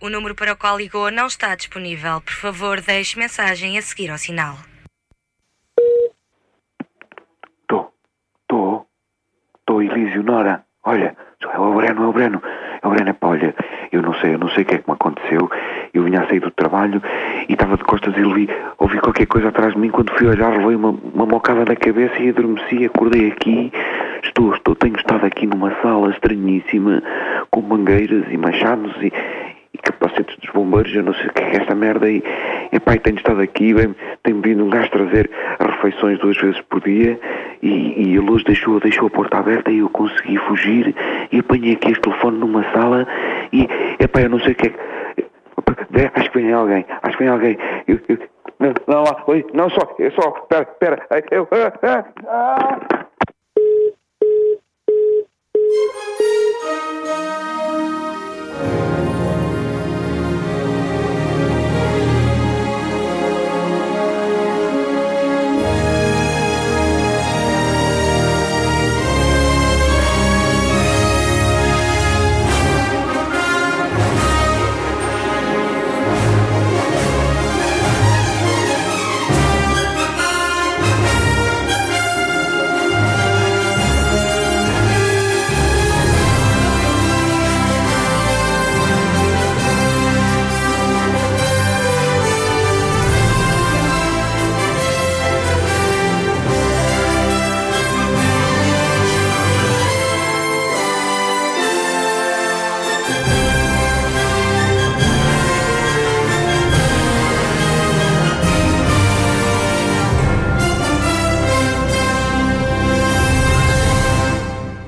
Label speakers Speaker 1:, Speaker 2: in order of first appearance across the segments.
Speaker 1: O número para o qual ligou não está disponível. Por favor, deixe mensagem a seguir ao sinal.
Speaker 2: Estou, estou, estou Elísio Nora. Olha, sou eu, é o Breno, é o Breno. É o Breno, é pá, olha, eu não sei, eu não sei o que é que me aconteceu. Eu vinha a sair do trabalho e estava de costas e li, ouvi qualquer coisa atrás de mim. Quando fui olhar, levei uma, uma mocada na cabeça e adormeci, acordei aqui. Estou, estou, tenho estado aqui numa sala estranhíssima, com mangueiras e machados e, e capacetes dos bombeiros, eu não sei o que é esta merda e, e pai, tenho estado aqui, bem, tenho vindo um gajo trazer refeições duas vezes por dia e, e a luz deixou, deixou a porta aberta e eu consegui fugir e apanhei aqui este telefone numa sala e, e pai, eu não sei o que é que- Vê, Acho que vem alguém, acho que vem alguém. Eu- eu- não, não, lá, oi, não só, eu só, pera, pera, eu, ah, ah, ah.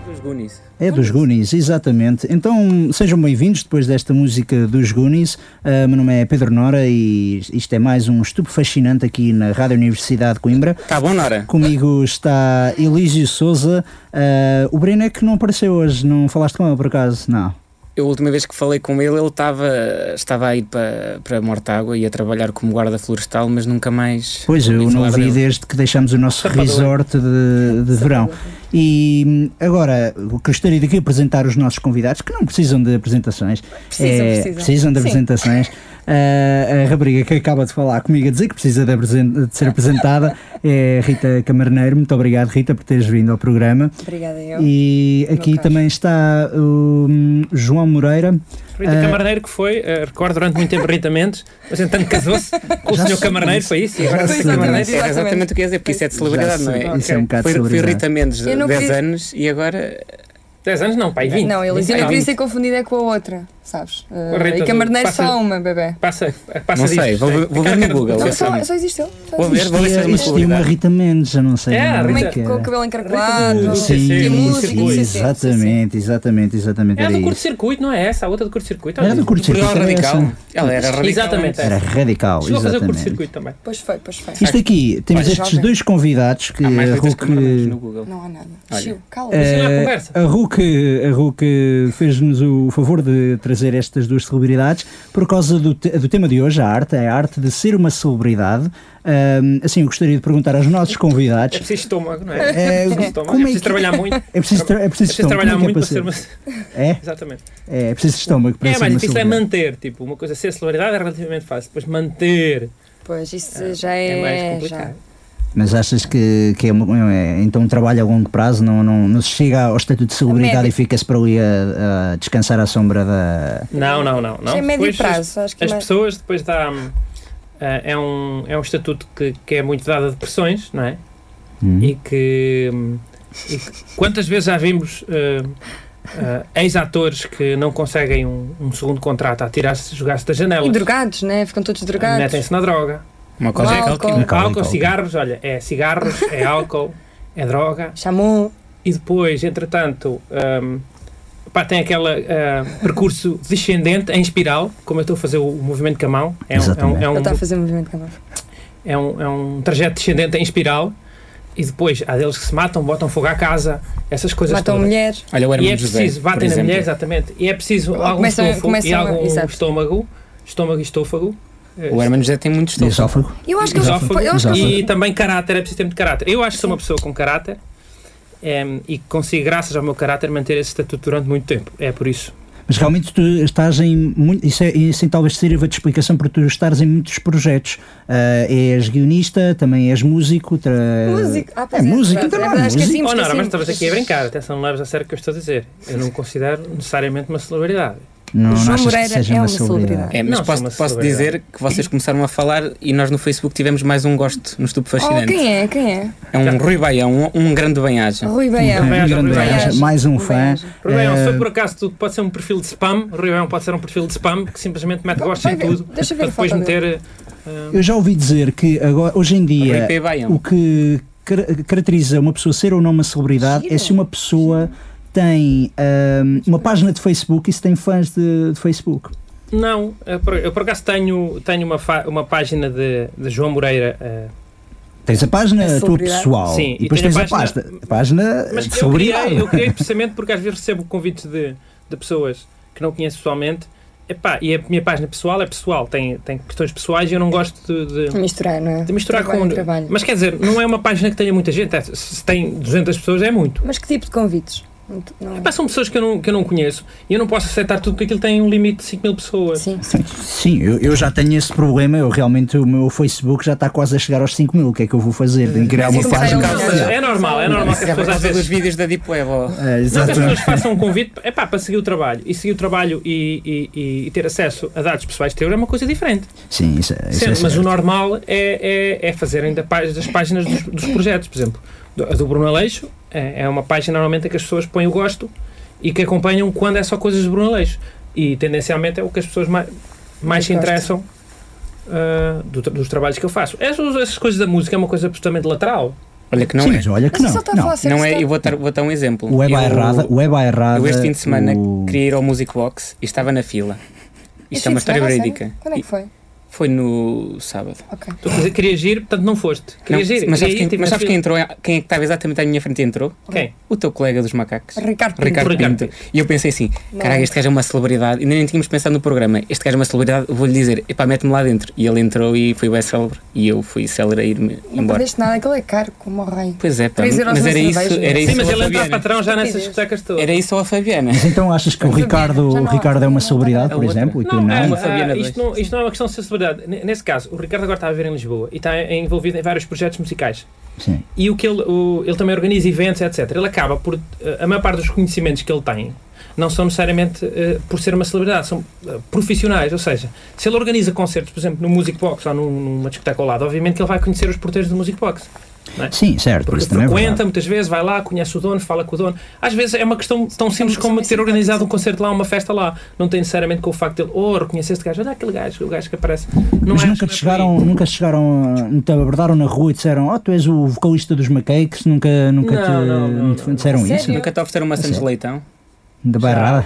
Speaker 3: Dos Goonies.
Speaker 4: É dos Goonies, exatamente. Então sejam bem-vindos depois desta música dos Goonies. Ah, meu nome é Pedro Nora e isto é mais um estupo fascinante aqui na Rádio Universidade de Coimbra.
Speaker 3: Tá bom, Nora?
Speaker 4: Comigo está Elísio Souza. Ah, o Breno é que não apareceu hoje, não falaste com ele por acaso? Não.
Speaker 3: Eu, a última vez que falei com ele, ele estava, estava a ir para, para Mortágua e a trabalhar como guarda florestal, mas nunca mais.
Speaker 4: Pois,
Speaker 3: ouvi
Speaker 4: eu não
Speaker 3: falar
Speaker 4: vi
Speaker 3: dele.
Speaker 4: desde que deixámos o nosso resort de, de verão. E hum, agora, gostaria de aqui apresentar os nossos convidados, que não precisam de apresentações. é,
Speaker 5: Precisam, precisam.
Speaker 4: de
Speaker 5: Sim.
Speaker 4: apresentações. Ah, a rapariga que acaba de falar comigo a dizer que precisa de, apresen- de ser apresentada é Rita Camarneiro. Muito obrigado, Rita, por teres vindo ao programa.
Speaker 5: Obrigada, eu.
Speaker 4: E
Speaker 5: meu
Speaker 4: aqui
Speaker 5: caro.
Speaker 4: também está o hum, João Moreira.
Speaker 6: Rita
Speaker 4: Ah.
Speaker 6: Camarneiro, que foi, eh, recordo durante muito tempo Rita Mendes, mas entretanto casou-se com o
Speaker 4: Já
Speaker 6: senhor
Speaker 4: sei.
Speaker 6: Camarneiro, foi isso? E agora
Speaker 5: Foi
Speaker 6: Rita
Speaker 5: exatamente.
Speaker 6: Camarneiro.
Speaker 3: Era é exatamente o que ia dizer, porque isso é de celebridade,
Speaker 4: Já
Speaker 3: não
Speaker 4: sei,
Speaker 3: é?
Speaker 4: Isso é um bocado
Speaker 3: Foi, foi
Speaker 4: celebridade.
Speaker 3: Rita Mendes,
Speaker 5: Eu não
Speaker 3: 10
Speaker 5: queria-
Speaker 3: anos, e agora.
Speaker 6: 10 anos não, pai, 20.
Speaker 5: Não, Elisa, eu não
Speaker 6: Ah,
Speaker 5: queria
Speaker 6: 20.
Speaker 5: ser confundida com a outra, sabes? Uh,
Speaker 6: Rita
Speaker 5: e
Speaker 6: do-
Speaker 5: Camarneiro
Speaker 6: passa-
Speaker 5: só há uma, bebê.
Speaker 6: Passa, passa É
Speaker 3: Não sei,
Speaker 6: disto,
Speaker 3: vou ver- vou ver
Speaker 6: Quero-
Speaker 3: no
Speaker 6: quero-
Speaker 3: Google.
Speaker 5: Não,
Speaker 3: Ela
Speaker 5: só,
Speaker 3: sabe.
Speaker 5: só existe ele. Só
Speaker 3: Vou
Speaker 5: existe.
Speaker 3: ver, vou ver se é uma
Speaker 4: Existia uma
Speaker 3: celebridade.
Speaker 4: Rita Mendes, eu não sei.
Speaker 6: É, a Rita-
Speaker 4: não lembro
Speaker 5: Como
Speaker 4: quem
Speaker 5: é que
Speaker 4: era.
Speaker 5: com o cabelo
Speaker 6: Rita
Speaker 5: encaracolado,
Speaker 6: do-
Speaker 4: Sim,
Speaker 5: que
Speaker 6: do
Speaker 5: música,
Speaker 6: circuito.
Speaker 5: sim, sim, sim.
Speaker 4: exatamente, exatamente, exatamente.
Speaker 6: É a
Speaker 4: Era
Speaker 6: do
Speaker 4: isso.
Speaker 6: curto-circuito, não é essa? A outra do curto-circuito?
Speaker 4: Era
Speaker 6: olha.
Speaker 4: do curto circuito.
Speaker 3: Ela era radical. Ela era radical.
Speaker 6: Exatamente,
Speaker 4: Era
Speaker 6: essa.
Speaker 4: radical,
Speaker 6: Chegou a fazer o
Speaker 4: exatamente.
Speaker 6: curto-circuito também.
Speaker 5: Pois foi, pois foi.
Speaker 4: Isto aqui, temos
Speaker 5: Olha,
Speaker 4: estes
Speaker 5: jovem.
Speaker 4: dois convidados que
Speaker 3: Há mais
Speaker 4: a
Speaker 3: Ritas
Speaker 4: Hulk.
Speaker 3: Camarões no Google.
Speaker 5: Não há nada.
Speaker 3: Olha.
Speaker 5: Chiu, cala
Speaker 6: Isso não é
Speaker 4: eh,
Speaker 6: conversa.
Speaker 4: a Hulk, a Hulk fez-nos o favor de trazer estas duas celebridades por causa do, te- do tema de hoje, a arte, é a arte de ser uma celebridade. Ahm, assim, eu gostaria de perguntar aos nossos
Speaker 6: É
Speaker 4: convidados.
Speaker 6: preciso estômago, não é?
Speaker 4: É,
Speaker 6: preciso estômago,
Speaker 4: como é
Speaker 6: é preciso
Speaker 4: que-
Speaker 6: trabalhar muito.
Speaker 4: É preciso, tra- é
Speaker 6: É
Speaker 4: preciso,
Speaker 6: preciso
Speaker 4: estômago,
Speaker 6: trabalhar
Speaker 4: como
Speaker 6: muito
Speaker 4: é que é
Speaker 6: para ser uma.
Speaker 4: É,
Speaker 6: Exatamente.
Speaker 4: é, é preciso estômago para
Speaker 6: É
Speaker 4: ser
Speaker 6: mais
Speaker 4: uma
Speaker 6: difícil é
Speaker 4: celebridade.
Speaker 6: manter, tipo, uma coisa ser celebridade é relativamente fácil, depois manter
Speaker 5: Pois, isso já é.
Speaker 6: é mais
Speaker 5: já.
Speaker 6: complicado.
Speaker 4: Mas achas que, que é, uma- é- então um trabalho a longo prazo não, não, não se chega ao estatuto de celebridade
Speaker 5: médio.
Speaker 4: e fica-se para ali a, a descansar à sombra da.
Speaker 6: Não, não, não. não.
Speaker 5: Já é médio
Speaker 6: Depois as-
Speaker 5: prazo, acho que é
Speaker 6: As
Speaker 5: mais.
Speaker 6: pessoas depois dá. hum, ah, é, um, é um estatuto que, que é muito dado a depressões, não é?
Speaker 4: Uhum.
Speaker 6: E que. hum, e que- quantas vezes já vimos ah, ah, ex-atores que não conseguem um, um segundo contrato a tirar-se, jogar-se da janela?
Speaker 5: E drogados, né? Ficam todos drogados.
Speaker 6: Ah, Metem-se na droga. Tipo,
Speaker 3: Uma coisa é
Speaker 5: Álcool.
Speaker 3: calquinha.
Speaker 4: Álcool,
Speaker 6: Álcool,
Speaker 4: álcool.
Speaker 6: cigarros, olha, é cigarros, é álcool, é droga.
Speaker 5: Chamou.
Speaker 6: e depois, entretanto, hum, pá, tem aquele percurso descendente em espiral, como eu estou a fazer o movimento com a mão, é um, é um,
Speaker 4: Exatamente.
Speaker 6: é um,
Speaker 5: Ele está a fazer movimento com a mão.
Speaker 6: é um, é um trajeto descendente em espiral, e depois há deles que se matam, botam fogo à casa, essas coisas
Speaker 5: Matam
Speaker 6: todas.
Speaker 5: mulher.
Speaker 3: Olha, o
Speaker 6: E é
Speaker 3: Hermano José.
Speaker 6: preciso,
Speaker 3: por
Speaker 6: batem na
Speaker 3: exemplo.
Speaker 6: mulher, exatamente, e é preciso algum
Speaker 5: começam-
Speaker 6: estôfago e
Speaker 5: começam a-
Speaker 6: algum
Speaker 5: exato.
Speaker 6: estômago, estômago e estófago. eh,
Speaker 3: O Hermano José tem muitos
Speaker 4: do
Speaker 3: tons.
Speaker 4: esófago.
Speaker 5: Eu acho que eles.
Speaker 6: Esófago
Speaker 5: Eu acho que eles.
Speaker 4: Esófago.
Speaker 6: e também caráter, é preciso ter muito caráter. Eu acho que sou uma pessoa com ehm, caráter em, e que consigo, graças ao meu caráter, manter esse estatuto durante muito tempo. É por isso.
Speaker 4: Mas realmente tu estás em. muito- Isso, é, isso é, talvez sirva de explicação porque tu estás em muitos projetos. Ah, és guionista, também és músico. Tra...
Speaker 5: Músico. Ah,
Speaker 4: é,
Speaker 5: pois é,
Speaker 4: músico,
Speaker 5: verdade.
Speaker 4: então
Speaker 5: É
Speaker 4: não há
Speaker 5: verdade,
Speaker 4: músico.
Speaker 5: esqueci-me. Sim,
Speaker 6: Oh, não,
Speaker 5: esqueci-me.
Speaker 6: mas estamos aqui a brincar. Atenção, não leves a sério o que eu estou a dizer. Eu não me considero necessariamente uma celebridade.
Speaker 4: Não, não
Speaker 5: João
Speaker 4: achas que
Speaker 5: Moreira
Speaker 4: seja
Speaker 5: é
Speaker 4: uma
Speaker 5: uma
Speaker 4: celebridade.
Speaker 5: celebridade.
Speaker 3: É, mas
Speaker 6: Não, sou
Speaker 3: posso,
Speaker 6: uma
Speaker 3: posso
Speaker 6: celebridade.
Speaker 3: dizer que vocês começaram a falar e nós no Facebook tivemos mais um gosto no Estupo
Speaker 5: Oh,
Speaker 3: Fascinante.
Speaker 5: quem é? Quem é?
Speaker 3: é? um Rui Baião, um, um grande banhaja.
Speaker 5: Rui Baião.
Speaker 4: Um
Speaker 6: Baião,
Speaker 4: grande
Speaker 6: Rui
Speaker 4: beijo,
Speaker 5: Baião.
Speaker 4: mais um
Speaker 5: Rui
Speaker 4: fã.
Speaker 5: Baião.
Speaker 6: Rui Baião, se
Speaker 4: Ah,
Speaker 5: Eh,
Speaker 6: for por acaso tudo pode ser um perfil de spam, Rui Baião pode ser um perfil de spam que simplesmente mete
Speaker 5: Vai
Speaker 6: gosto em
Speaker 5: ver-
Speaker 6: tudo
Speaker 5: deixa eu ver
Speaker 6: para
Speaker 5: a
Speaker 6: depois
Speaker 5: foto
Speaker 6: meter. eh,
Speaker 4: Ah, Eu já ouvi dizer que agora, hoje em dia
Speaker 3: Rui P. Baião.
Speaker 4: o que car- caracteriza uma pessoa ser ou não uma celebridade
Speaker 5: Giro.
Speaker 4: é se uma pessoa tem ahm, uma página de Facebook e se tem fãs de, de Facebook.
Speaker 6: eh, não, eh, por- eu por acaso tenho, tenho uma, fa- uma página de, de João Moreira. eh,
Speaker 4: Tens a página
Speaker 5: A
Speaker 4: tua
Speaker 5: celebridade.
Speaker 4: pessoal
Speaker 6: Sim,
Speaker 4: e depois
Speaker 6: e
Speaker 4: tens
Speaker 6: tenho
Speaker 4: a
Speaker 6: a página-
Speaker 4: página, a
Speaker 5: Eh,
Speaker 4: página
Speaker 6: mas
Speaker 4: de
Speaker 6: eu
Speaker 4: celebridade.
Speaker 6: criei, eu criei precisamente porque às vezes recebo convites de, de pessoas que não conheço pessoalmente. Epá, e a minha página pessoal é pessoal, tem, tem questões pessoais e eu não gosto de- de,
Speaker 5: Misturar, não é?
Speaker 6: De misturar
Speaker 5: trabalho,
Speaker 6: com.
Speaker 5: Trabalho. Mas...
Speaker 6: Mas quer dizer, não é uma página que tenha muita gente. é- se- Se tem 200 pessoas, é muito.
Speaker 5: que tipo de convites? Não- não- é?
Speaker 6: Mas são pessoas que eu, não, que eu não conheço e eu não posso aceitar tudo porque aquilo tem um limite de 5 mil pessoas.
Speaker 5: Sim.
Speaker 4: Sim, eu, eu já tenho esse problema. Eu realmente, o meu Facebook já está quase a chegar aos 5 mil. O que é que eu vou fazer? Tenho que criar
Speaker 3: Mas
Speaker 4: uma
Speaker 3: isso
Speaker 4: página.
Speaker 5: é um
Speaker 4: de
Speaker 5: caso-
Speaker 4: celebridade.
Speaker 6: É normal, é normal que as
Speaker 3: É por
Speaker 6: pessoas às
Speaker 3: causa dos
Speaker 6: vezes.
Speaker 3: vídeos da Deep Web. ó.
Speaker 4: Ah,
Speaker 6: Não, que as pessoas
Speaker 4: exatamente.
Speaker 6: façam um convite é pá, para seguir o trabalho e seguir o trabalho e, e- e- e ter acesso a dados pessoais teus é uma coisa diferente.
Speaker 4: Sim, isso, é- isso
Speaker 6: Sendo,
Speaker 4: é
Speaker 6: mas
Speaker 4: certo.
Speaker 6: o normal é, é, é fazer ainda pá- das páginas dos, dos projetos, por exemplo. do- A do Bruno Aleixo é, é uma página normalmente em que as pessoas põem o gosto e que acompanham quando é só coisas do Bruno Aleixo. E tendencialmente é o que as pessoas mais, mais se
Speaker 5: Gosto.
Speaker 6: interessam ah, do tra- dos trabalhos que eu faço. Essas, essas coisas da música é uma coisa absolutamente lateral.
Speaker 3: Olha que não
Speaker 4: Sim,
Speaker 3: é.
Speaker 4: mas olha que
Speaker 5: Mas isso
Speaker 4: não.
Speaker 5: está a
Speaker 4: não.
Speaker 5: falar sério,
Speaker 3: Não
Speaker 5: isso
Speaker 3: é,
Speaker 5: está-
Speaker 3: eu vou dar, vou dar um exemplo.
Speaker 4: O Web à
Speaker 3: Eu-
Speaker 4: errada, o Web à errada.
Speaker 3: Eu este fim de semana
Speaker 4: o-
Speaker 3: queria ir ao Music Box e estava na fila.
Speaker 5: Este
Speaker 3: Isto
Speaker 5: fim
Speaker 3: é uma
Speaker 5: de
Speaker 3: história
Speaker 5: semana, a sério?
Speaker 3: verídica.
Speaker 5: Quando é
Speaker 3: E
Speaker 5: que foi?
Speaker 3: Foi no sábado.
Speaker 5: Ok.
Speaker 6: Tu quer dizer, querias ir, portanto não foste.
Speaker 3: Não,
Speaker 6: Querias ir,
Speaker 3: mas sabes,
Speaker 6: queria ir,
Speaker 3: quem,
Speaker 6: tive
Speaker 3: mas
Speaker 6: na
Speaker 3: sabes quem
Speaker 6: fila.
Speaker 3: entrou? Quem é que estava exatamente à minha frente entrou?
Speaker 6: Quem?
Speaker 3: O teu colega dos macacos.
Speaker 5: Ricardo Pinto.
Speaker 3: Ricardo,
Speaker 6: Ricardo
Speaker 3: Pinto. E eu pensei assim:
Speaker 5: Não.
Speaker 3: caraca, este gajo é uma celebridade. E nem tínhamos pensado no programa. Este gajo é uma celebridade, vou-lhe dizer, epá, mete-me lá dentro. E ele entrou e foi bem célebre. E eu fui célebre a ir-me
Speaker 5: Não
Speaker 3: embora.
Speaker 5: perdeste nada, aquele é caro como o rei.
Speaker 3: Pois é, pá,
Speaker 5: Três euros
Speaker 3: mas
Speaker 5: na
Speaker 3: era isso,
Speaker 5: cerveja. né?
Speaker 3: era
Speaker 5: Sim,
Speaker 3: isso.
Speaker 6: Sim, mas
Speaker 3: ou a
Speaker 6: ele entrou
Speaker 3: Fabiana.
Speaker 6: patrão já nessas
Speaker 5: Estupidez.
Speaker 6: discotecas todas.
Speaker 3: Era isso ou a Fabiana.
Speaker 4: Mas então achas que o
Speaker 5: Sabia,
Speaker 4: Ricardo,
Speaker 5: já
Speaker 4: o
Speaker 5: não há-
Speaker 4: Ricardo é uma
Speaker 5: não há-
Speaker 4: celebridade,
Speaker 3: A
Speaker 4: por
Speaker 3: outra.
Speaker 4: exemplo? E tu
Speaker 6: Não, é,
Speaker 4: não?
Speaker 3: uma Fabiana
Speaker 6: ah, isto, não, isto não é uma questão de ser celebridade. N- Nesse caso, o Ricardo agora está a viver em Lisboa e está envolvido em vários projetos musicais.
Speaker 4: Sim.
Speaker 6: E o que ele, o- ele também organiza eventos, etc. Ele acaba por. eh, A maior parte dos conhecimentos que ele tem não são necessariamente eh, por ser uma celebridade, são eh, profissionais. Ou seja, se ele organiza concertos, por exemplo, no Music Box ou num- numa discoteca ao lado, obviamente que ele vai conhecer os porteiros do Music Box.
Speaker 4: Sim, certo.
Speaker 6: Porque
Speaker 4: isso também é
Speaker 6: frequenta,
Speaker 4: verdade.
Speaker 6: muitas vezes vai lá, conhece o dono, fala com o dono. Às vezes é uma questão tão simples como ter organizado um concerto lá, uma festa lá. Não tem necessariamente com o facto dele, oh, reconhecer este gajo, olha aquele gajo, o gajo que aparece. Não
Speaker 4: Mas
Speaker 6: acho que
Speaker 4: nunca te
Speaker 6: é
Speaker 4: chegaram,
Speaker 6: por aí.
Speaker 4: nunca te chegaram, ah, te abordaram na rua e disseram, oh, tu és o vocalista dos Macaques, nunca, nunca
Speaker 6: Não,
Speaker 4: te
Speaker 6: não, não,
Speaker 4: não te
Speaker 6: não.
Speaker 4: disseram
Speaker 5: Sério?
Speaker 4: isso?
Speaker 3: Nunca te ofereceram uma
Speaker 6: é.
Speaker 3: Santos Leitão?
Speaker 4: Da bairrada?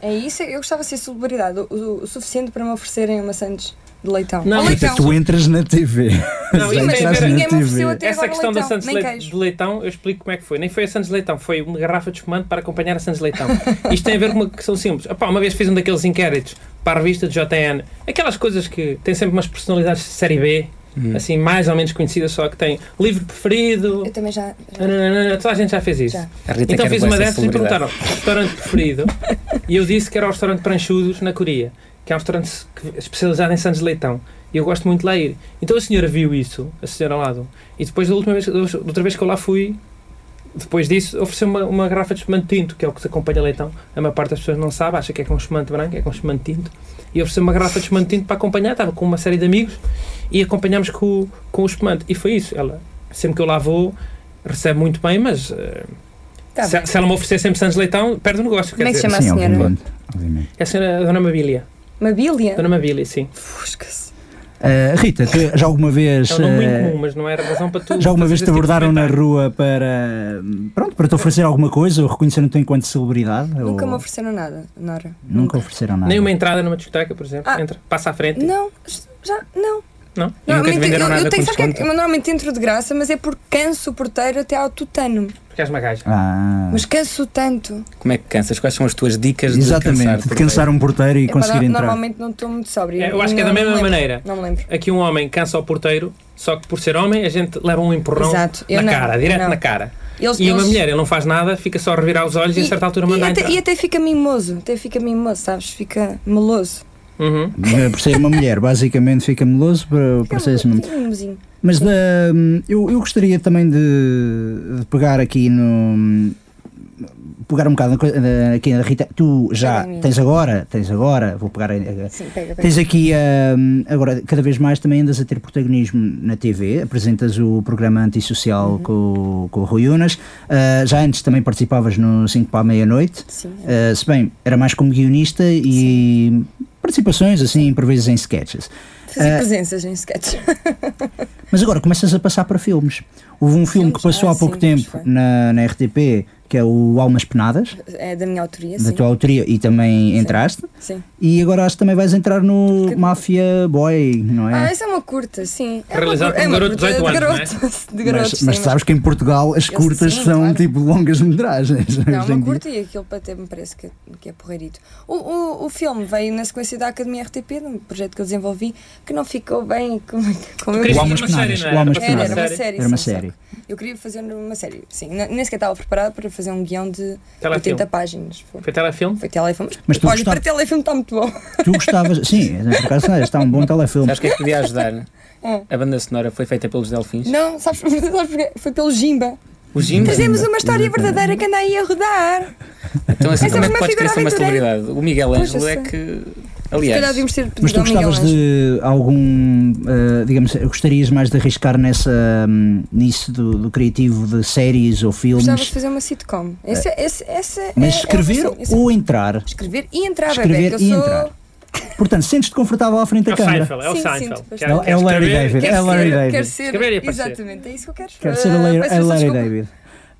Speaker 5: É isso, eu gostava de ser celebridade, o, o- o suficiente para me oferecerem uma Santos de leitão.
Speaker 6: Não,
Speaker 5: Ou
Speaker 6: mas
Speaker 5: leitão.
Speaker 4: Tu entras na TV.
Speaker 6: Não,
Speaker 5: Sim,
Speaker 6: isso
Speaker 5: mas é
Speaker 6: tem a ver-
Speaker 5: Então, ninguém me
Speaker 4: na
Speaker 5: ofereceu
Speaker 4: TV.
Speaker 5: até
Speaker 6: Essa
Speaker 5: agora
Speaker 6: questão da
Speaker 5: leitão,
Speaker 6: Santos
Speaker 5: nem
Speaker 6: Le-
Speaker 5: queijo.
Speaker 6: de Leitão, eu explico como é que foi. Nem foi a Santos Leitão, foi uma garrafa de espumante para acompanhar a Santos Leitão. Isto tem a ver com uma questão simples. Epá, uma vez fiz um daqueles inquéritos para a revista de JN, aquelas coisas que têm sempre umas personalidades de série B,
Speaker 5: Hum.
Speaker 6: assim, mais ou menos conhecidas, só que têm livro preferido.
Speaker 5: Eu também já.
Speaker 6: Nananana, Toda a gente já fez isso.
Speaker 5: Já.
Speaker 3: A Rita
Speaker 6: Então
Speaker 3: quer
Speaker 6: fiz
Speaker 3: bué
Speaker 6: uma
Speaker 3: ser
Speaker 6: dessas e
Speaker 3: celebridade.
Speaker 6: perguntaram restaurante preferido e eu disse que era o restaurante Pranchudos na Coreia, que é um restaurante que- especializado em sandes de leitão. E eu gosto muito de lá ir. Então a senhora viu isso, a senhora ao lado, e depois da última vez, da outra vez que eu lá fui, depois disso, ofereceu uma, uma garrafa de espumante tinto, que é o que se acompanha leitão. A maior parte das pessoas não sabe, acha que é com espumante branco, é com espumante tinto. E ofereceu uma garrafa de espumante tinto para acompanhar, estava com uma série de amigos e acompanhámos com, o- com o espumante. E foi isso. Ela, sempre que eu lá vou, recebe muito bem, mas eh,
Speaker 5: Tá
Speaker 6: se,
Speaker 5: bem.
Speaker 6: se ela me oferecer sempre Santos Leitão, perde o negócio.
Speaker 5: Como
Speaker 6: Quer
Speaker 5: é que
Speaker 6: dizer,
Speaker 5: chama a
Speaker 4: Sim,
Speaker 5: senhora?
Speaker 4: obviamente. obviamente.
Speaker 6: É a senhora Dona Mabilia.
Speaker 5: Mabilia?
Speaker 6: Dona Mabilia, sim.
Speaker 5: Fusca-se.
Speaker 4: Ah, Rita, tu já alguma vez.
Speaker 6: É um nome
Speaker 4: ah,
Speaker 6: muito comum, mas não era razão para tu.
Speaker 4: Já alguma
Speaker 6: fazer
Speaker 4: vez
Speaker 6: esse
Speaker 4: te
Speaker 6: tipo de
Speaker 4: abordaram na
Speaker 6: comentário.
Speaker 4: rua para, pronto, para te oferecer alguma coisa ou reconheceram-te enquanto celebridade?
Speaker 5: Nunca
Speaker 4: ou...
Speaker 5: me ofereceram nada, Nora.
Speaker 4: Nunca ofereceram nada.
Speaker 6: Nem uma entrada numa discoteca, por exemplo.
Speaker 5: Ah.
Speaker 6: Entra, passa à frente.
Speaker 5: Não, já, não.
Speaker 6: Não?
Speaker 3: E nunca te
Speaker 5: Normalmente,
Speaker 3: venderam
Speaker 5: eu,
Speaker 3: nada
Speaker 5: eu
Speaker 3: com
Speaker 5: tenho, sabe que é que eu
Speaker 3: desconto?
Speaker 5: normalmente entro de graça, mas é porque canso o porteiro até ao tutano.
Speaker 6: Porque és uma gaja.
Speaker 4: Ah,
Speaker 5: Mas canso tanto.
Speaker 3: Como é que cansas? Quais são as tuas dicas de cansar?
Speaker 4: exatamente, de
Speaker 3: por
Speaker 4: cansar um porteiro e
Speaker 5: Epá,
Speaker 4: conseguir
Speaker 5: no-
Speaker 4: entrar.
Speaker 5: É Normalmente não estou muito sóbria.
Speaker 6: É, eu acho que é
Speaker 5: Não-
Speaker 6: da mesma
Speaker 5: não me lembro.
Speaker 6: maneira.
Speaker 5: Não me lembro.
Speaker 6: Aqui um homem cansa ao porteiro, só que por ser homem, a gente leva um empurrão
Speaker 5: Exato. Eu
Speaker 6: na
Speaker 5: não.
Speaker 6: cara, direto
Speaker 5: Não.
Speaker 6: na cara.
Speaker 5: Eles-
Speaker 6: E uma
Speaker 5: eles-
Speaker 6: mulher, ele não faz nada, fica só a revirar os olhos e, a certa altura manda
Speaker 5: e até,
Speaker 6: entrar.
Speaker 5: e até fica mimoso, até fica mimoso, sabes? Fica meloso.
Speaker 6: Uhum.
Speaker 4: Eh, Por ser uma mulher, basicamente fica meloso por, por ser assim, uma
Speaker 5: Fica um mimosinho.
Speaker 4: Mas da, eu, eu gostaria também de, de pegar aqui no. Pegar um bocado na coi- na- aqui na Rita. Tu já
Speaker 5: Sim.
Speaker 4: tens agora, tens agora, vou pegar. a-
Speaker 5: Sim, pega, pega.
Speaker 4: Tens aqui, hum, agora, cada vez mais também andas a ter protagonismo na TV, apresentas o programa antissocial
Speaker 5: Uhum.
Speaker 4: com, com o Rui Unas, Ah, já antes também participavas no 5 para a meia-noite,
Speaker 5: Sim.
Speaker 4: Ah, se bem, era mais como guionista e participações assim, por vezes em sketches.
Speaker 5: Fazer
Speaker 4: Ah,
Speaker 5: presenças em sketch.
Speaker 4: mas agora começas a passar para filmes. Houve um filme que
Speaker 5: Filmes?
Speaker 4: passou
Speaker 5: Ah,
Speaker 4: há pouco
Speaker 5: sim,
Speaker 4: tempo
Speaker 5: pois foi.
Speaker 4: na, na RTP, que é o Almas Penadas,
Speaker 5: É da minha autoria,
Speaker 4: da
Speaker 5: sim.
Speaker 4: tua autoria, e também entraste.
Speaker 5: Sim.
Speaker 4: E agora acho que também vais entrar no
Speaker 5: Que-
Speaker 4: Mafia Boy, não
Speaker 5: Ah,
Speaker 4: é?
Speaker 5: isso é uma curta, sim. É
Speaker 6: Realizado
Speaker 5: uma, cur-
Speaker 6: por um garoto de 18
Speaker 5: de
Speaker 6: anos,
Speaker 5: garoto, de garoto,
Speaker 4: mas,
Speaker 5: sim,
Speaker 4: mas sabes que em Portugal as
Speaker 5: Eu-
Speaker 4: curtas
Speaker 5: sim,
Speaker 4: são
Speaker 5: claro.
Speaker 4: tipo longas metragens.
Speaker 5: Não,
Speaker 4: hoje em
Speaker 5: uma
Speaker 4: dia.
Speaker 5: curta e aquilo até me parece que, que é porreirito. O, o, o filme veio na sequência da Academia RTP, de um projeto que eu desenvolvi, que não ficou bem como, como eu
Speaker 6: Querias
Speaker 4: O
Speaker 6: fazer uma
Speaker 4: Almas Penadas,
Speaker 6: série, não é?
Speaker 4: o Almas
Speaker 5: Era, era
Speaker 4: Penadas.
Speaker 5: uma série.
Speaker 4: Era uma
Speaker 5: sim, só
Speaker 4: série.
Speaker 5: que Eu queria fazer uma série, sim. Nem nem sequer estava preparada para fazer um guião de
Speaker 6: Telefilme.
Speaker 5: 80 páginas. Foi,
Speaker 6: Foi telefilme?
Speaker 5: foi telefilme.
Speaker 4: Mas tu
Speaker 5: Olha,
Speaker 4: gostava-
Speaker 5: para telefilme está muito bom.
Speaker 4: Tu gostavas. Sim, é, por acaso não, está um bom telefilme.
Speaker 3: Sabes o que é que podia ajudar? A banda sonora foi feita pelos Delfins.
Speaker 5: Hum. Não, sabes, sabes porquê? Foi pelo Jimba.
Speaker 3: O Jim.
Speaker 5: Trazemos uma história verdadeira que anda aí a rodar.
Speaker 3: Então, assim,
Speaker 5: Essa
Speaker 3: como é
Speaker 5: é
Speaker 3: que
Speaker 5: uma
Speaker 3: podes
Speaker 5: figura
Speaker 3: querer ser uma
Speaker 5: aventureira.
Speaker 3: celebridade? O Miguel
Speaker 5: Pois,
Speaker 3: Ângelo
Speaker 5: eu
Speaker 3: é
Speaker 5: sei.
Speaker 3: que.
Speaker 5: Se calhar
Speaker 3: Aliás,
Speaker 5: devíamos ter pedido
Speaker 4: Mas tu
Speaker 5: ao Miguel
Speaker 4: gostavas
Speaker 5: Ângelo.
Speaker 4: de algum, ah, digamos, gostarias mais de arriscar nessa, hum, nisso do, do criativo de séries ou
Speaker 5: Gostava de
Speaker 4: filmes, É.
Speaker 5: fazer uma sitcom. Esse, esse, esse
Speaker 4: mas
Speaker 5: é- é o
Speaker 4: escrever
Speaker 5: meu sonho. Esse-
Speaker 4: ou entrar?
Speaker 5: Escrever e entrar,
Speaker 4: Escrever
Speaker 5: bebê. que
Speaker 4: e
Speaker 5: eu sou...
Speaker 4: entrar. Portanto, sentes-te confortável à frente
Speaker 6: É
Speaker 4: da
Speaker 6: o
Speaker 4: câmara.
Speaker 6: Seinfeld, é o
Speaker 5: Sim,
Speaker 6: Seinfeld.
Speaker 5: sinto, pois
Speaker 6: Quer-
Speaker 4: não.
Speaker 6: quer
Speaker 4: É o Larry
Speaker 6: escrever,
Speaker 4: David,
Speaker 6: quer
Speaker 4: é o Larry
Speaker 6: escrever.
Speaker 4: David.
Speaker 5: Quero ser,
Speaker 6: Escrever e aparecer.
Speaker 5: exatamente, é isso que eu quero.
Speaker 4: Quero ser a
Speaker 5: Ah,
Speaker 4: Larry,
Speaker 5: peço
Speaker 4: a Larry
Speaker 5: desculpa.
Speaker 4: David.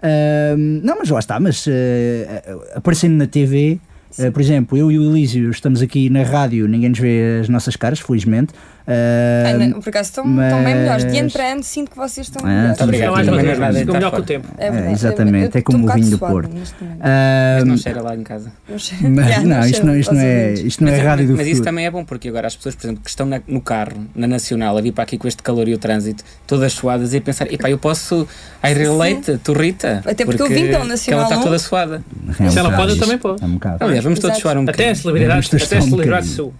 Speaker 4: Ah, não, mas lá está, mas ah, aparecendo na TV, ah, por exemplo, eu e o Elísio estamos aqui na rádio, ninguém nos vê as nossas caras, felizmente. Ah,
Speaker 5: Ah, não, por acaso estão, estão bem
Speaker 4: mas-
Speaker 5: melhores. De ano para ano sinto que vocês estão
Speaker 4: Ah,
Speaker 5: melhores.
Speaker 4: tá bem.
Speaker 6: Ficam
Speaker 3: Obrigado,
Speaker 6: mais
Speaker 3: também não é
Speaker 6: maduros,
Speaker 3: nada de
Speaker 6: ficam
Speaker 3: estar
Speaker 6: melhor com o
Speaker 3: fora.
Speaker 6: tempo.
Speaker 5: É verdade,
Speaker 4: exatamente,
Speaker 5: eu-
Speaker 4: é como
Speaker 5: estou um
Speaker 4: o
Speaker 5: bocado
Speaker 4: vinho do
Speaker 5: suada
Speaker 4: Porto.
Speaker 5: neste momento.
Speaker 4: ah,
Speaker 3: Mas não cheira lá em casa.
Speaker 5: Não sei.
Speaker 4: mas
Speaker 5: Já,
Speaker 4: hum, não,
Speaker 5: sei,
Speaker 4: isto não, isto não
Speaker 5: aos
Speaker 4: é,
Speaker 5: ouvintes.
Speaker 4: isto não é
Speaker 3: Mas-
Speaker 4: rádio do
Speaker 3: Mas
Speaker 4: futuro.
Speaker 3: isso também é bom, porque agora as pessoas, por exemplo, que estão na- no carro, na Nacional, a vir para aqui com este calor e o trânsito, todas suadas, e a pensar, epá, eu posso, I relate, tu Rita.
Speaker 5: Até porque eu vim da Nacional
Speaker 3: Ela está
Speaker 5: um.
Speaker 3: toda suada.
Speaker 4: É um
Speaker 6: Se ela
Speaker 4: bocado
Speaker 6: pode, eu
Speaker 4: isso.
Speaker 6: também posso.
Speaker 4: É um bocado.
Speaker 3: Aliás, vamos todos
Speaker 5: Exato.
Speaker 3: suar um
Speaker 6: Até
Speaker 3: bocadinho.
Speaker 6: a celebridade,
Speaker 4: Vamos ter
Speaker 6: até a
Speaker 4: só um
Speaker 6: celebridade
Speaker 4: bocadinho.
Speaker 6: sul.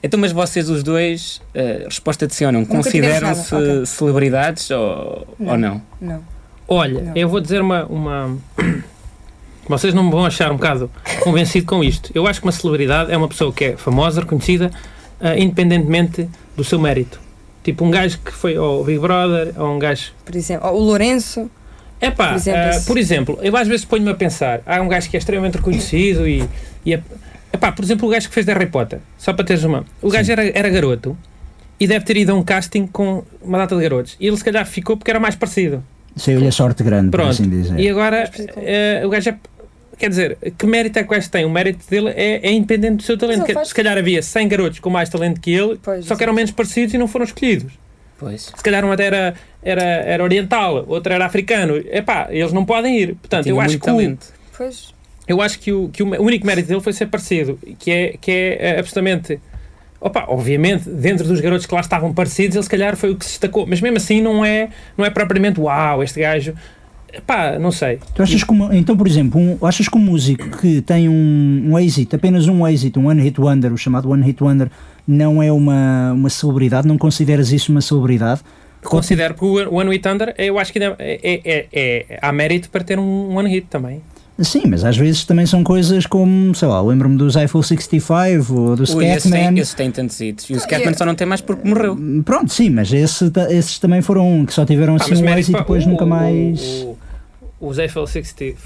Speaker 3: Então, mas vocês os dois, eh, resposta de sim ou não,
Speaker 5: Nunca tivemos nada,
Speaker 3: consideram-se
Speaker 5: ok.
Speaker 3: celebridades ou não?
Speaker 5: Não.
Speaker 3: Ou não?
Speaker 5: Não.
Speaker 6: Olha,
Speaker 5: Não.
Speaker 6: eu vou dizer uma, uma. Vocês não me vão achar um bocado convencido com isto. Eu acho que uma celebridade é uma pessoa que é famosa, reconhecida, ah, independentemente do seu mérito. Tipo um gajo que foi ao Big Brother, ou um gajo.
Speaker 5: Por exemplo, ó, o Lourenço.
Speaker 6: Epá,
Speaker 5: Por exemplo,
Speaker 6: ah,
Speaker 5: esse-
Speaker 6: por exemplo, eu às vezes ponho-me a pensar, há um gajo que é extremamente reconhecido e. e é- epá, por exemplo, o gajo que fez de Harry Potter, só para teres uma. O gajo era, era garoto e deve ter ido a um casting com uma data de garotos. E ele se calhar ficou porque era mais parecido.
Speaker 4: Saiu-lhe é a sorte
Speaker 3: é
Speaker 4: grande, por
Speaker 6: Pronto.
Speaker 4: assim
Speaker 3: né?
Speaker 4: dizer.
Speaker 6: E agora,
Speaker 5: Mas por isso que-
Speaker 6: eh, o gajo é. Quer dizer, que mérito é que o gajo tem? O mérito dele é, é independente do seu talento.
Speaker 5: ele
Speaker 6: Que-
Speaker 5: faz-
Speaker 6: Se calhar havia 100 garotos com mais talento que ele,
Speaker 5: Pois,
Speaker 6: só que eram menos parecidos e não foram escolhidos.
Speaker 3: Pois.
Speaker 6: Se calhar um até era, era, era oriental, outro era africano. Epá, eles não podem ir. Portanto,
Speaker 3: Tinha
Speaker 6: eu acho,
Speaker 3: muito
Speaker 6: que o,
Speaker 3: talento.
Speaker 5: Pois.
Speaker 6: eu acho que, o, que o mé- o único mérito dele foi ser parecido, que é, que é eh, absolutamente. Opa, obviamente, dentro dos garotos que lá estavam parecidos, ele se calhar foi o que se destacou. Mas mesmo assim, não é, não é propriamente uau, este gajo. Epá, não sei.
Speaker 4: Tu achas como, então, por exemplo, um, achas que um músico que tem um, um êxito, apenas um êxito, um one hit wonder, o chamado one hit wonder, não é uma, uma celebridade? Não consideras isso uma celebridade?
Speaker 6: Considero que o One Hit Thunder, eu acho que ainda é, é, é, é- há mérito para ter um One Hit também.
Speaker 4: Sim, mas às vezes também são coisas como, sei lá, lembro-me dos iPhone 65 ou do
Speaker 3: Ui, esse
Speaker 4: Scatman.
Speaker 3: tem, esse tem tantos hits. E o
Speaker 5: Ah,
Speaker 3: Scatman
Speaker 5: é-
Speaker 3: só não tem mais porque morreu.
Speaker 4: Pronto, sim, mas esse ta- esses também foram que só tiveram
Speaker 6: Pá,
Speaker 4: assim um
Speaker 6: Ah, mérito
Speaker 4: êxito e
Speaker 6: para-
Speaker 4: depois
Speaker 6: o-
Speaker 4: nunca
Speaker 6: o-
Speaker 4: mais.
Speaker 6: O, o, os Eiffel 65,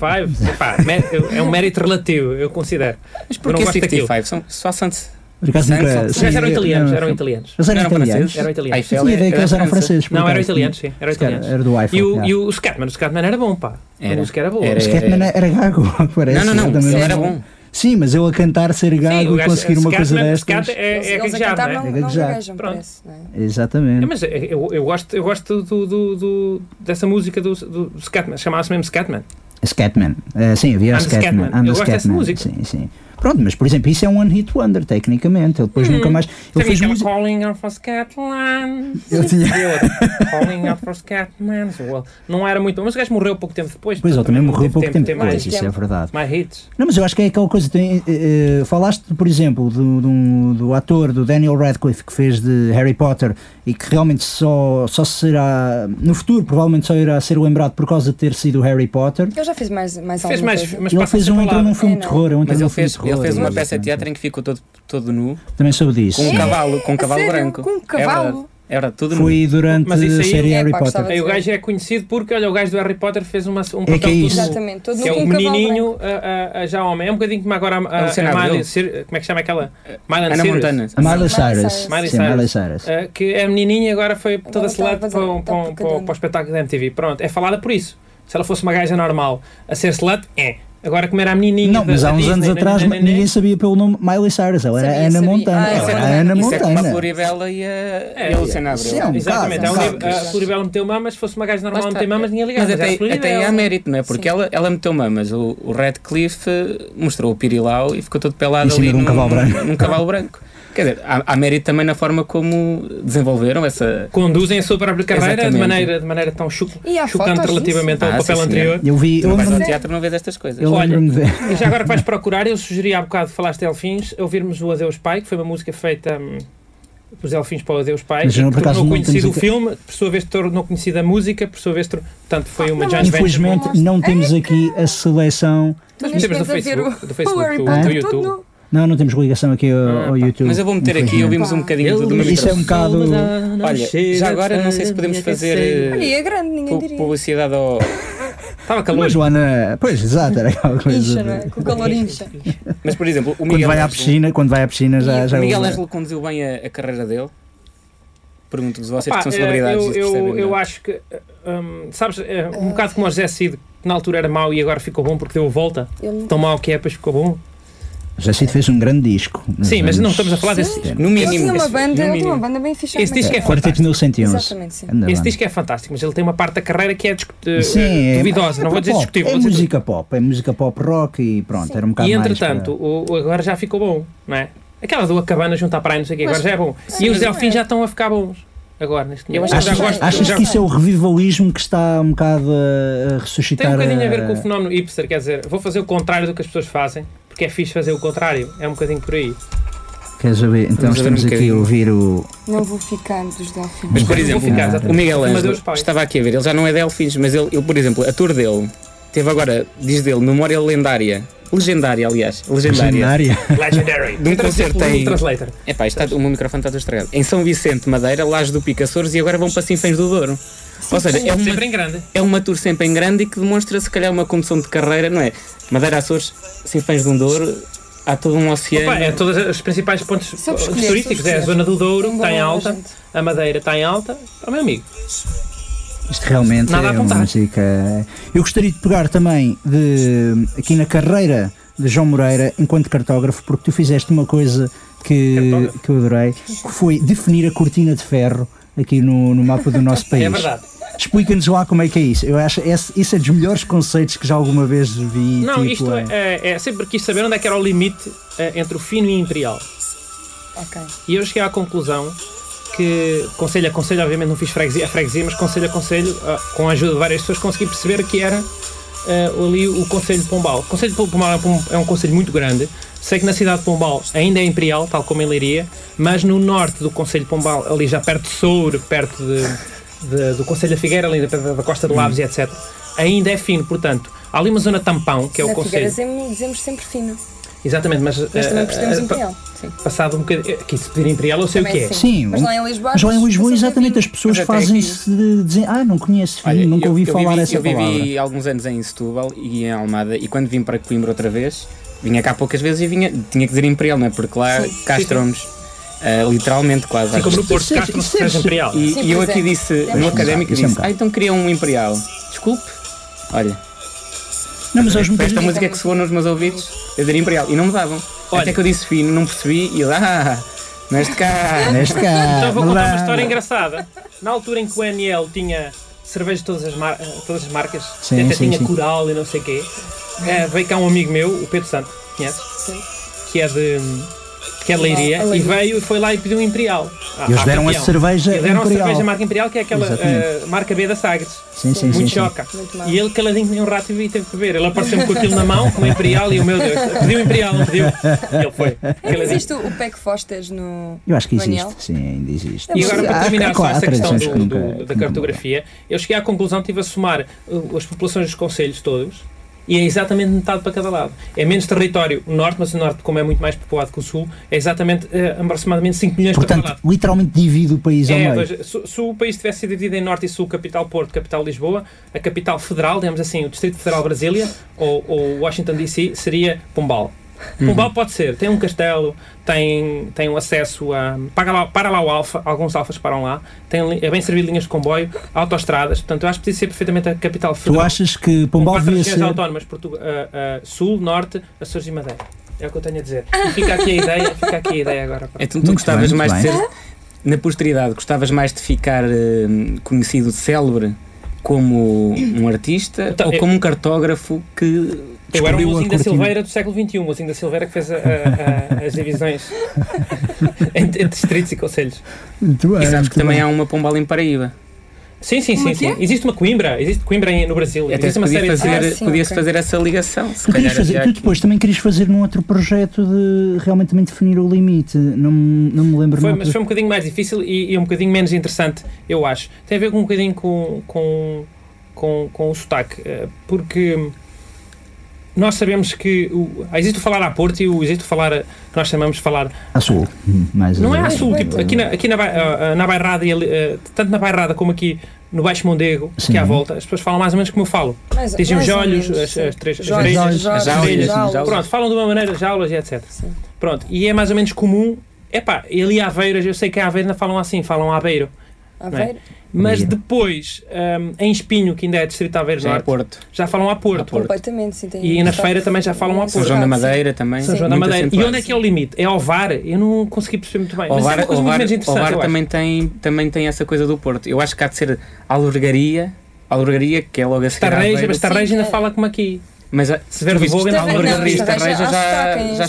Speaker 6: epá, mé- é um mérito relativo, eu considero.
Speaker 3: Mas
Speaker 6: Eu não
Speaker 3: porquê
Speaker 6: gosto daquilo.
Speaker 3: 65? São, só Santos.
Speaker 4: Por acaso
Speaker 3: Santos,
Speaker 4: nunca-
Speaker 3: Santos.
Speaker 6: Os
Speaker 4: sim,
Speaker 6: gajos eram
Speaker 4: eu-
Speaker 6: italianos,
Speaker 4: não,
Speaker 6: eram italianos.
Speaker 4: Eles eram
Speaker 3: Não eram
Speaker 4: italianos.
Speaker 3: franceses?
Speaker 6: Eram italianos.
Speaker 4: Eu tinha ideia que eles eram franceses. por
Speaker 6: Não, eram
Speaker 4: acaso.
Speaker 6: italianos, sim, eram
Speaker 4: Se calhar
Speaker 6: italianos.
Speaker 4: Era do iPhone.
Speaker 6: E o, É.
Speaker 4: já.
Speaker 6: e o Scatman, o Scatman era bom, pá.
Speaker 3: Era.
Speaker 6: A música era boa.
Speaker 3: Era.
Speaker 4: O Scatman era gago, ao que parece.
Speaker 3: Não, não, não,
Speaker 4: também
Speaker 3: ele
Speaker 4: não-
Speaker 3: era bom.
Speaker 4: Sim, mas eu a cantar ser
Speaker 6: Sim, o
Speaker 4: gago e
Speaker 6: gajo-
Speaker 4: conseguir uma coisa
Speaker 6: Scatman-
Speaker 4: destas.
Speaker 6: Scat é,
Speaker 5: eles,
Speaker 6: é,
Speaker 5: eles a
Speaker 6: gaguejar,
Speaker 5: cantar
Speaker 6: não é?
Speaker 5: não,
Speaker 4: É
Speaker 5: não
Speaker 4: gaguejar.
Speaker 5: gaguejam,
Speaker 6: Pronto.
Speaker 5: parece. Não é?
Speaker 6: É,
Speaker 4: Exatamente.
Speaker 6: mas eu, eu gosto, eu gosto do, do, do- dessa música do, do Scatman, chamava-se mesmo Scatman.
Speaker 4: Scatman. Eh, sim, havia
Speaker 6: I'm
Speaker 4: o
Speaker 6: the
Speaker 4: Scatman.
Speaker 6: Scatman.
Speaker 4: I'm
Speaker 6: Eu
Speaker 4: the
Speaker 6: gosto dessa
Speaker 4: Scatman.
Speaker 6: música.
Speaker 4: Sim, sim. Pronto, mas por exemplo, isso é um one hit wonder, tecnicamente. Ele
Speaker 6: Hum.
Speaker 4: depois nunca mais. Ele fez música.
Speaker 6: Calling out for Scatman.
Speaker 7: Eu tinha-
Speaker 6: E a outra, tipo, Calling out for Scatman. Well, não era muito bom, mas o gajo morreu pouco tempo depois.
Speaker 4: Pois ele
Speaker 6: portanto,
Speaker 4: também
Speaker 6: não
Speaker 4: morreu
Speaker 6: teve
Speaker 4: pouco tempo
Speaker 6: de ter mais-
Speaker 4: depois, isso é
Speaker 5: tempo.
Speaker 4: verdade.
Speaker 6: Mais hits.
Speaker 4: Não, mas eu acho que é aquela coisa. Tem, eh, eh, falaste, por exemplo, do, do, do ator do Daniel Radcliffe que fez de Harry Potter e que realmente só, só será. No futuro, provavelmente só irá ser lembrado por causa de ter sido o Harry Potter.
Speaker 5: Eu já fiz mais, mais
Speaker 6: Fez
Speaker 5: alguma
Speaker 6: mais,
Speaker 5: coisa.
Speaker 6: mas
Speaker 4: ele
Speaker 6: passa
Speaker 4: fez
Speaker 6: sempre
Speaker 4: um
Speaker 6: ao
Speaker 4: entrou
Speaker 6: lado.
Speaker 4: num filme
Speaker 5: É,
Speaker 4: de
Speaker 5: não.
Speaker 4: terror. um entrou
Speaker 3: Mas
Speaker 4: num
Speaker 3: ele
Speaker 4: filme
Speaker 3: fez,
Speaker 4: de
Speaker 3: ele
Speaker 4: terror,
Speaker 3: fez uma
Speaker 4: mas
Speaker 3: peça de
Speaker 4: assim.
Speaker 3: teatro em que ficou todo, todo nu,
Speaker 4: Também soube disso.
Speaker 3: com um
Speaker 6: É.
Speaker 4: sim.
Speaker 3: cavalo, com um
Speaker 5: a
Speaker 3: cavalo
Speaker 5: sério?
Speaker 3: branco.
Speaker 5: Com um
Speaker 3: É
Speaker 5: cavalo?
Speaker 3: verdade. Era tudo nu.
Speaker 4: Foi durante
Speaker 6: Mas isso
Speaker 4: a
Speaker 6: aí-
Speaker 4: série
Speaker 5: É,
Speaker 4: Harry
Speaker 5: pá,
Speaker 4: Potter.
Speaker 5: gostava
Speaker 6: Aí o gajo é conhecido porque, olha, o gajo do Harry Potter fez uma, um
Speaker 4: que é
Speaker 6: papel
Speaker 4: isso.
Speaker 6: todo-
Speaker 5: Exatamente, todo
Speaker 6: que é
Speaker 5: um
Speaker 6: um
Speaker 5: cavalo
Speaker 6: menininho a- a- a já homem. É um bocadinho como agora a, a,
Speaker 3: É o cenário
Speaker 6: a Miley
Speaker 3: dele.
Speaker 6: Cyrus- Como é que chama aquela? Miley
Speaker 3: Ana
Speaker 6: Cyrus.
Speaker 3: Montana.
Speaker 4: A Miley
Speaker 5: Miley
Speaker 4: Cyrus.
Speaker 5: Cyrus.
Speaker 6: Miley
Speaker 4: Sim,
Speaker 6: Cyrus.
Speaker 4: Miley Cyrus.
Speaker 6: Uh, que a menininha agora foi toda
Speaker 5: Agora
Speaker 3: tá
Speaker 6: selada para,
Speaker 5: está a fazer-
Speaker 6: um-
Speaker 5: está
Speaker 6: para um-
Speaker 5: um
Speaker 6: para, um-
Speaker 5: bocadinho.
Speaker 6: para o espetáculo da MTV. Pronto, é falada por isso. Se ela fosse uma gaja normal a ser selada, é. Agora como era a menininha
Speaker 4: Não,
Speaker 6: da-
Speaker 4: mas há
Speaker 6: da
Speaker 4: uns
Speaker 6: Disney,
Speaker 4: anos
Speaker 6: né,
Speaker 4: atrás
Speaker 6: né, né, né,
Speaker 4: ninguém sabia pelo nome Miley Cyrus, ela era
Speaker 5: Sabia,
Speaker 4: Ana
Speaker 5: sabia.
Speaker 4: Montana.
Speaker 5: Ah,
Speaker 4: Ela
Speaker 5: isso
Speaker 4: era
Speaker 5: é verdade.
Speaker 4: Ana
Speaker 3: Isso é como a
Speaker 4: Montana.
Speaker 3: Floribela e a, e
Speaker 6: É.
Speaker 3: a Luciana Abreu.
Speaker 4: Sim, é um
Speaker 6: Exatamente,
Speaker 4: bocado,
Speaker 6: é
Speaker 4: um
Speaker 6: um
Speaker 4: bocado.
Speaker 6: nível, a Floribela meteu mamas, se fosse uma gaja normal
Speaker 3: Lá
Speaker 6: não
Speaker 3: está.
Speaker 6: tem mamas, ninguém ligava.
Speaker 3: Mas até,
Speaker 6: era a
Speaker 3: até aí há
Speaker 6: é Floribela.
Speaker 3: mérito, não é? Porque ela, ela meteu mamas. O, o Radcliffe eh, mostrou o pirilau e ficou todo pelado
Speaker 4: Em cima
Speaker 3: ali
Speaker 4: de um
Speaker 3: num-
Speaker 4: cavalo branco.
Speaker 3: num cavalo branco. Quer dizer, há, há mérito também na forma como desenvolveram essa.
Speaker 6: Conduzem a sua própria carreira de
Speaker 3: Exatamente.
Speaker 6: maneira, de maneira tão chu-
Speaker 5: E há
Speaker 6: chocante
Speaker 5: fotos
Speaker 6: relativamente ao
Speaker 3: disso? Ah,
Speaker 6: papel
Speaker 3: sim,
Speaker 6: anterior.
Speaker 4: Eu vi.
Speaker 3: Tu
Speaker 4: Eu
Speaker 3: não vais ao
Speaker 4: lembro-me
Speaker 3: teatro não vês estas coisas.
Speaker 4: eu
Speaker 6: Olha.
Speaker 4: lembro-me de.
Speaker 6: E já agora que vais procurar, eu sugeri há bocado, falaste Elfins, ouvirmos o Adeus Pai, que foi uma música feita hum, dos Elfins para o Adeus Pai,
Speaker 4: Mas não, por
Speaker 6: que
Speaker 4: acaso,
Speaker 6: tornou
Speaker 4: não
Speaker 6: conhecido o
Speaker 4: temos aqui-
Speaker 6: filme, por sua vez tornou conhecida a música, por sua vez, tor- portanto, foi uma
Speaker 4: Ah,
Speaker 5: não,
Speaker 6: joint venture.
Speaker 4: Infelizmente não
Speaker 6: É?
Speaker 4: temos aqui a seleção.
Speaker 5: Tu
Speaker 6: Mas
Speaker 5: neste
Speaker 6: temos do
Speaker 5: momento a ver
Speaker 6: Facebook,
Speaker 5: o-
Speaker 6: do Facebook,
Speaker 5: o Harry
Speaker 6: do-
Speaker 5: Potter
Speaker 6: do
Speaker 5: todo
Speaker 6: YouTube.
Speaker 5: nu.
Speaker 4: Não, não temos ligação aqui
Speaker 6: Ah,
Speaker 4: ao, ao YouTube.
Speaker 3: Mas eu vou meter aqui e
Speaker 4: infelizmente.
Speaker 3: ouvimos um bocadinho do, do
Speaker 4: Mas
Speaker 3: meu
Speaker 4: isso é um
Speaker 3: microfone.
Speaker 4: bocado.
Speaker 3: Olha, já agora não sei se podemos fazer eh,
Speaker 5: Olha, e é grande, ninguém
Speaker 3: pu-
Speaker 5: diria.
Speaker 3: publicidade ao.
Speaker 6: Estava calor.
Speaker 4: eh, Mas Joana. Pois, exato, era aquela
Speaker 5: Incha, não
Speaker 4: coisa.
Speaker 5: é?
Speaker 4: de-
Speaker 5: Com calor incha.
Speaker 3: Mas, por exemplo, o
Speaker 4: Quando
Speaker 3: Miguel
Speaker 4: vai à
Speaker 3: Ângelo-
Speaker 4: piscina, quando vai à piscina já. é já
Speaker 3: o Miguel
Speaker 4: usa.
Speaker 3: Ângelo conduziu bem a, a carreira dele? Pergunto-vos, vocês
Speaker 4: é
Speaker 6: Pá,
Speaker 3: que são
Speaker 6: eh,
Speaker 3: celebridades.
Speaker 6: eu,
Speaker 3: e
Speaker 6: eu,
Speaker 3: percebem é?
Speaker 6: eu
Speaker 3: melhor.
Speaker 6: acho que, eh, hum, sabes, eh, um bocado como o José Cid, que na altura era mau e agora ficou bom porque deu a volta.
Speaker 5: Ele-
Speaker 6: Tão mau que é, depois ficou bom.
Speaker 4: José Cid fez um grande disco. nos
Speaker 6: Sim, mas
Speaker 4: anos
Speaker 6: não estamos a falar desse
Speaker 4: 70.
Speaker 3: No
Speaker 5: Ele
Speaker 3: mínimo.
Speaker 5: tinha uma
Speaker 3: esse-
Speaker 5: banda,
Speaker 3: no
Speaker 5: ele tinha
Speaker 3: mínimo.
Speaker 5: uma banda bem fixa.
Speaker 6: Esse
Speaker 5: mas-
Speaker 6: disco é
Speaker 5: É.
Speaker 6: fantástico.
Speaker 4: Quarteto 1111.
Speaker 5: Exatamente, sim.
Speaker 4: Anda
Speaker 6: Esse
Speaker 4: bem.
Speaker 6: disco é fantástico, mas ele tem uma parte da carreira que é discu- eh,
Speaker 4: Sim, é-
Speaker 6: duvidosa. não vou dizer
Speaker 4: pop,
Speaker 6: discutível.
Speaker 4: É
Speaker 6: vou dizer
Speaker 4: música pop, é música pop rock e pronto, era um bocado
Speaker 6: E
Speaker 4: mais
Speaker 6: entretanto, o, o agora já ficou bom, não é? Aquela do Acabana junto à praia, não sei o quê, agora já é bom. e os
Speaker 5: mas-
Speaker 6: Delfins já estão a ficar bons. Agora, neste
Speaker 3: Eu
Speaker 6: momento.
Speaker 3: acho
Speaker 6: Eu
Speaker 3: que-
Speaker 6: já
Speaker 4: eh, Achas,
Speaker 6: gosto.
Speaker 4: achas
Speaker 6: já
Speaker 4: que isso é o revivalismo que está um bocado a- a ressuscitar? eh,
Speaker 6: Tem um bocadinho a ver com o
Speaker 4: a-
Speaker 6: fenómeno hipster, quer dizer, vou fazer o contrário do que as pessoas fazem, porque é fixe fazer o contrário. É um bocadinho por aí.
Speaker 4: Queres saber? Então
Speaker 3: Vamos ver um
Speaker 4: estamos aqui a
Speaker 3: bocadinho.
Speaker 4: ouvir o.
Speaker 5: Não vou ficar dos delfins.
Speaker 3: Mas, por
Speaker 6: Vou
Speaker 3: exemplo,
Speaker 6: ficar,
Speaker 3: o
Speaker 6: exatamente.
Speaker 3: Miguel
Speaker 6: Mas
Speaker 3: Ângelo
Speaker 6: Deus Pai.
Speaker 3: estava aqui a ver, ele já não é Delfins, mas ele, ele, por exemplo, a tour dele teve agora, diz dele, memória lendária. Legendária, aliás. Legendária.
Speaker 4: Legendária.
Speaker 6: Legendary.
Speaker 3: De um concerto em-
Speaker 6: Translator.
Speaker 3: Epá, isto está, o meu microfone está todo estragado. Em São Vicente, Madeira, Laje do Pico, Açores e agora vão para Sinfãs do Douro. Ou seja, é uma,
Speaker 6: Sempre em um grande.
Speaker 3: é uma tour sempre em grande e que demonstra se calhar uma condução de carreira, não é? Madeira, Açores, Sinfãs do Douro, há todo um oceano.
Speaker 6: Opa, é todos os principais pontos
Speaker 5: Soube escolher,
Speaker 6: turísticos.
Speaker 5: soube
Speaker 6: É a
Speaker 5: escolher.
Speaker 6: zona do Douro,
Speaker 5: Tem
Speaker 6: está em
Speaker 5: boa
Speaker 6: alta.
Speaker 5: gente.
Speaker 6: A Madeira está em alta. Ó meu amigo,
Speaker 4: Isto realmente
Speaker 6: Nada a
Speaker 4: é uma
Speaker 6: apontar.
Speaker 4: música. Eu gostaria de pegar também de, aqui na carreira de João Moreira enquanto cartógrafo, porque tu fizeste uma coisa que,
Speaker 6: Cartógrafo.
Speaker 4: que eu adorei, que foi definir a cortina de ferro aqui no, no mapa do nosso país.
Speaker 6: é verdade.
Speaker 4: Explica-nos lá como é que é isso. Eu acho esse, isso é dos melhores conceitos que já alguma vez vi.
Speaker 6: Não,
Speaker 4: tipo,
Speaker 6: isto é, é, é- sempre quis saber onde é que era o limite eh, entre o fino e o imperial.
Speaker 5: Ok.
Speaker 6: E eu cheguei à conclusão que, conselho a conselho, obviamente não fiz freguesia a freguesia, mas conselho a conselho, ah, com a ajuda de várias pessoas, consegui perceber que era ah, ali o Conselho de Pombal. O Conselho de Pombal é um- é um conselho muito grande. Sei que na cidade de Pombal ainda é imperial, tal como em Leiria, mas no norte do Conselho de Pombal, ali já perto de Souro, perto de- de- do Conselho da Figueira, ali da, da Costa de Laves e etc., ainda é fino. Portanto, há ali uma zona tampão, que é o
Speaker 5: Na Figueira
Speaker 6: Conselho.
Speaker 5: dizemos, dizemos sempre fino.
Speaker 6: Exatamente, mas.
Speaker 5: Mas também
Speaker 6: ah,
Speaker 5: percebemos
Speaker 6: ah, pa-
Speaker 5: imperial. Sim.
Speaker 6: Passado um bocadinho. Aqui se pedir imperial, eu sei o
Speaker 5: Também
Speaker 6: que é.
Speaker 5: sim.
Speaker 4: Sim,
Speaker 5: Mas
Speaker 4: um-
Speaker 5: lá em Lisboa.
Speaker 4: Mas lá em
Speaker 5: as
Speaker 4: Lisboa,
Speaker 5: pessoas
Speaker 4: exatamente,
Speaker 5: dizem-
Speaker 4: as pessoas
Speaker 3: Mas até aqui-
Speaker 4: fazem-se de dizer, ah, não conheço,
Speaker 3: Olha,
Speaker 4: nunca
Speaker 3: eu-
Speaker 4: ouvi
Speaker 3: eu
Speaker 4: falar
Speaker 3: vivi,
Speaker 4: essa
Speaker 3: Eu vivi
Speaker 4: palavra.
Speaker 3: alguns anos em Setúbal e em Almada e quando vim para Coimbra outra vez, vinha cá poucas vezes e vinha, tinha que dizer Imperial, não é? Porque lá cá estamos, ah, literalmente quase.
Speaker 6: Sim,
Speaker 3: às
Speaker 6: como no
Speaker 3: vezes.
Speaker 6: Porto, Castro se faz imperial.
Speaker 3: E,
Speaker 5: Sim,
Speaker 3: e eu
Speaker 5: pois
Speaker 3: aqui
Speaker 5: é.
Speaker 3: disse,
Speaker 5: Temos
Speaker 3: um
Speaker 5: que
Speaker 3: académico
Speaker 4: usar, isso é um
Speaker 3: disse,
Speaker 4: bocado.
Speaker 3: ah, então queria um Imperial. Desculpe. Olha,
Speaker 4: Não, mas aos
Speaker 3: foi
Speaker 4: muitas
Speaker 3: esta
Speaker 4: vezes-
Speaker 3: música que soou nos meus ouvidos, eu dizer Imperial, e não me davam.
Speaker 6: Olha.
Speaker 3: Até que eu disse fino, não percebi, e eu, ah, não és de cá.
Speaker 4: Neste cá.
Speaker 6: Então vou contar
Speaker 4: lá.
Speaker 6: uma história engraçada. Na altura em que o NL tinha cerveja de todas as, mar- eh, todas as marcas,
Speaker 4: Sim,
Speaker 6: até
Speaker 4: sim,
Speaker 6: tinha
Speaker 4: sim.
Speaker 6: Coral e não sei o quê, eh, veio cá um amigo meu, o Pedro Santo, conheces?
Speaker 5: Sim.
Speaker 6: que é de. Que é de Leiria,
Speaker 5: Ah,
Speaker 6: e
Speaker 5: Leiria.
Speaker 6: veio e foi lá e pediu um Imperial. à-
Speaker 4: Eles
Speaker 6: à
Speaker 4: deram a
Speaker 6: campeão.
Speaker 4: cerveja
Speaker 6: E deram a
Speaker 4: Imperial.
Speaker 6: cerveja marca Imperial, que é aquela
Speaker 4: Exatamente.
Speaker 6: eh, marca B da Sagres.
Speaker 4: Sim, sim, sim.
Speaker 6: muito
Speaker 4: sim.
Speaker 6: choca.
Speaker 5: Muito mal.
Speaker 6: E ele caladinho nem um rato e teve que beber. Ele apareceu-me com aquilo na mão, com o Imperial, e o meu Deus, pediu o Imperial, não pediu. E ele foi.
Speaker 5: Ainda
Speaker 6: Caladinho.
Speaker 5: existe o o Pack Fosters no.
Speaker 4: Eu acho que
Speaker 5: Manuel?
Speaker 4: existe, sim, ainda existe.
Speaker 6: E agora,
Speaker 4: Há-
Speaker 6: para
Speaker 4: há-
Speaker 6: terminar só
Speaker 4: claro, há
Speaker 6: essa questão
Speaker 4: tradições
Speaker 6: do-
Speaker 4: que nunca-
Speaker 6: do-
Speaker 4: que
Speaker 6: da
Speaker 4: nunca
Speaker 6: cartografia, eu cheguei à conclusão, estive a somar uh, as populações dos conselhos todos, e é exatamente metade para cada lado. É menos território o norte, mas o norte, como é muito mais populado que o sul, é exatamente eh, aproximadamente 5 milhões para cada
Speaker 4: Portanto,
Speaker 6: lado.
Speaker 4: literalmente divide o país ao
Speaker 6: É,
Speaker 4: meio.
Speaker 6: veja, se, se o país tivesse sido dividido em Norte e Sul, capital Porto, capital Lisboa, a capital federal, digamos assim, o Distrito Federal Brasília ou, ou Washington DC, seria Pombal.
Speaker 4: Uhum.
Speaker 6: Pombal pode ser, tem um castelo, tem, tem um acesso a. Para lá, para lá o Alfa, alguns Alfas param lá, tem, li- é bem servido linhas de comboio, autoestradas, portanto eu acho que podia ser perfeitamente a capital
Speaker 4: Tu
Speaker 6: federal.
Speaker 4: achas que Pombal
Speaker 6: com quatro
Speaker 4: devia
Speaker 6: regiões
Speaker 4: ser.
Speaker 6: autónomas, Portu- ah, ah, Sul, Norte, Açores e Madeira. É o que eu tenho a dizer. E fica aqui a ideia, fica aqui a ideia agora. para-
Speaker 3: Então tu
Speaker 4: Muito
Speaker 3: gostavas
Speaker 4: bem, muito
Speaker 3: mais de ser. Na posteridade, gostavas mais de ficar eh, conhecido, célebre, como um artista
Speaker 6: Então,
Speaker 3: ou
Speaker 6: eu-
Speaker 3: como um cartógrafo que.
Speaker 6: Eu era um
Speaker 3: descobriu a
Speaker 6: Luzinho da
Speaker 3: cortina?
Speaker 6: Silveira do século XXI, o Luzinho da Silveira que fez a- a- a- as divisões entre, entre distritos e conselhos.
Speaker 4: Muito bem,
Speaker 3: E sabes que
Speaker 4: muito
Speaker 3: também
Speaker 4: bem.
Speaker 3: há uma Pombal em Paraíba.
Speaker 6: Sim, sim,
Speaker 5: Como
Speaker 6: sim,
Speaker 5: é que
Speaker 6: sim. Existe uma Coimbra, existe Coimbra em- no Brasil.
Speaker 3: Até
Speaker 6: existe
Speaker 3: se
Speaker 6: uma série
Speaker 3: podia
Speaker 6: de
Speaker 3: fazer,
Speaker 5: Ah, sim,
Speaker 3: podia
Speaker 5: ok.
Speaker 3: fazer essa ligação. Se
Speaker 4: Tu, querias
Speaker 3: calhar
Speaker 4: fazer,
Speaker 3: havia
Speaker 4: tu
Speaker 3: aqui.
Speaker 4: depois também querias fazer num outro projeto de realmente também definir o limite. Não, não me lembro
Speaker 6: Foi,
Speaker 4: não.
Speaker 6: mas foi um bocadinho mais difícil e, e um bocadinho menos interessante, eu acho. Tem a ver com um bocadinho com, com, com, com o sotaque, eh, porque nós sabemos que o, existe o falar a Porto e o, existe o falar, a- que nós chamamos de falar
Speaker 4: À sul. hum, Mais
Speaker 6: Não é
Speaker 4: a-
Speaker 6: à sul, tipo, aqui na, aqui na, Bai- ah, ah, na Bairrada, e ali, ah, tanto na Bairrada como aqui no Baixo Mondego,
Speaker 4: Sim.
Speaker 6: que é à volta, as pessoas falam mais ou menos como eu falo.
Speaker 5: Mais-
Speaker 6: Dizem os
Speaker 5: mais ou
Speaker 6: olhos,
Speaker 5: menos,
Speaker 6: as,
Speaker 5: sim.
Speaker 6: as três as
Speaker 5: Jorge,
Speaker 6: orelhas,
Speaker 5: Jorge,
Speaker 3: as aulas,
Speaker 5: Jorge.
Speaker 3: as aulas.
Speaker 6: Pronto, falam de uma maneira, jaulas e etc.
Speaker 5: Sim.
Speaker 6: Pronto, e é mais ou menos comum, epá, ali há Aveiras, eu sei que há Aveiro não falam assim, falam Aveiro.
Speaker 5: Aveiro.
Speaker 6: Mas
Speaker 4: Mira.
Speaker 6: depois, ahm, em Espinho, que ainda é distrito de Aveiro
Speaker 3: Já é
Speaker 6: Norte,
Speaker 3: Porto.
Speaker 6: já falam a Porto.
Speaker 3: A Porto.
Speaker 5: Completamente, sim. tem- um
Speaker 6: E na
Speaker 5: está-
Speaker 6: feira também já falam à
Speaker 3: São João da Madeira também.
Speaker 6: São João da
Speaker 3: Muito
Speaker 6: Madeira. E
Speaker 3: acentuado.
Speaker 6: onde é que é o limite? É Ovar? Eu não consegui perceber muito bem. mas é uma
Speaker 3: Ovar,
Speaker 6: coisa muito
Speaker 3: Ovar,
Speaker 6: menos interessante.
Speaker 3: Ovar
Speaker 6: eu acho.
Speaker 3: também, tem, também tem essa coisa do Porto. Eu acho que há de ser albergaria, albergaria que é logo a seguir à
Speaker 6: Tarreja,
Speaker 3: Aveiro.
Speaker 6: mas Tarreja
Speaker 5: Sim,
Speaker 6: ainda
Speaker 5: é.
Speaker 6: fala como aqui.
Speaker 3: Mas a- se
Speaker 6: Verde
Speaker 3: tu viste
Speaker 6: Vogue,
Speaker 3: a
Speaker 6: não,
Speaker 3: albergaria, Tarreja
Speaker 5: não, Tarreja,
Speaker 3: já,
Speaker 5: acho que está,
Speaker 3: já,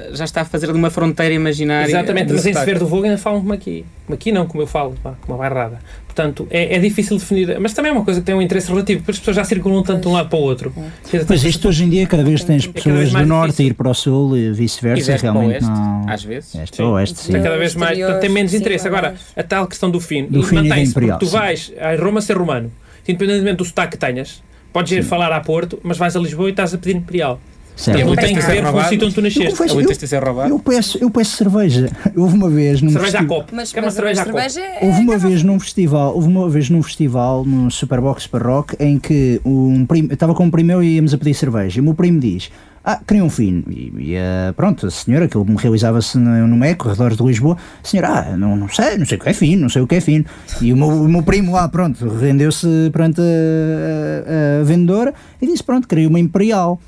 Speaker 3: está, já está a fazer de uma fronteira imaginária.
Speaker 6: Exatamente,
Speaker 3: do
Speaker 6: mas em
Speaker 3: sotaque.
Speaker 6: Sever do Vogue ainda falam como aqui. Como aqui não, como eu falo, pá, como uma bairrada. Portanto, é, é difícil definir, mas também é uma coisa que tem um interesse relativo, porque as pessoas já circulam tanto de um lado para o outro. Quer dizer,
Speaker 4: Mas isto hoje em dia, cada vez tens
Speaker 6: cada vez
Speaker 4: pessoas do
Speaker 6: mais
Speaker 4: norte a
Speaker 6: difícil.
Speaker 4: ir para o sul e
Speaker 3: E
Speaker 4: vice-versa.
Speaker 3: veste para o
Speaker 4: Realmente
Speaker 3: oeste,
Speaker 4: não. é.
Speaker 3: às vezes.
Speaker 6: Sim.
Speaker 4: Este para o oeste, sim.
Speaker 6: Está cada vez mais, portanto, tem menos
Speaker 5: Sim,
Speaker 6: interesse.
Speaker 5: claro.
Speaker 6: Agora, a tal questão do fim,
Speaker 4: Do fim e da
Speaker 6: mantém-se, porque
Speaker 4: imperial,
Speaker 6: tu
Speaker 4: sim.
Speaker 6: vais a Roma ser romano, independentemente do sotaque que tenhas, podes ir falar a Porto, mas vais a Lisboa e estás a pedir imperial. É,
Speaker 4: Certo.
Speaker 3: Eu
Speaker 6: Não
Speaker 3: detesto
Speaker 6: tem que
Speaker 3: ser
Speaker 6: ver com o
Speaker 3: roubado.
Speaker 6: sítio onde tu
Speaker 4: Eu
Speaker 6: nasceste.
Speaker 4: confesso,
Speaker 3: A
Speaker 4: eu-
Speaker 3: lutista ser roubada.
Speaker 4: Eu peço, eu peço cerveja. Houve uma vez num
Speaker 6: Cerveja à
Speaker 4: festival-
Speaker 6: copo.
Speaker 5: Mas,
Speaker 6: Quer É uma
Speaker 5: mas
Speaker 6: cerveja
Speaker 5: cerveja,
Speaker 6: à copo.
Speaker 5: cerveja é.
Speaker 4: Houve uma vez num festival, houve uma vez num festival no Superbox Barrock em que um primo, eu estava com um primo meu e íamos a pedir cerveja. E o meu primo diz: Ah, queria um fino. E, e, ah, pronto, a senhora que ele realizava-se no, no MEC, redores de Lisboa, a senhora, ah, não, não sei, não sei o que é fino, não sei o que é fino. E o meu, o meu primo lá, pronto, rendeu-se perante a- a- a vendedora e disse: Pronto, queria uma Imperial.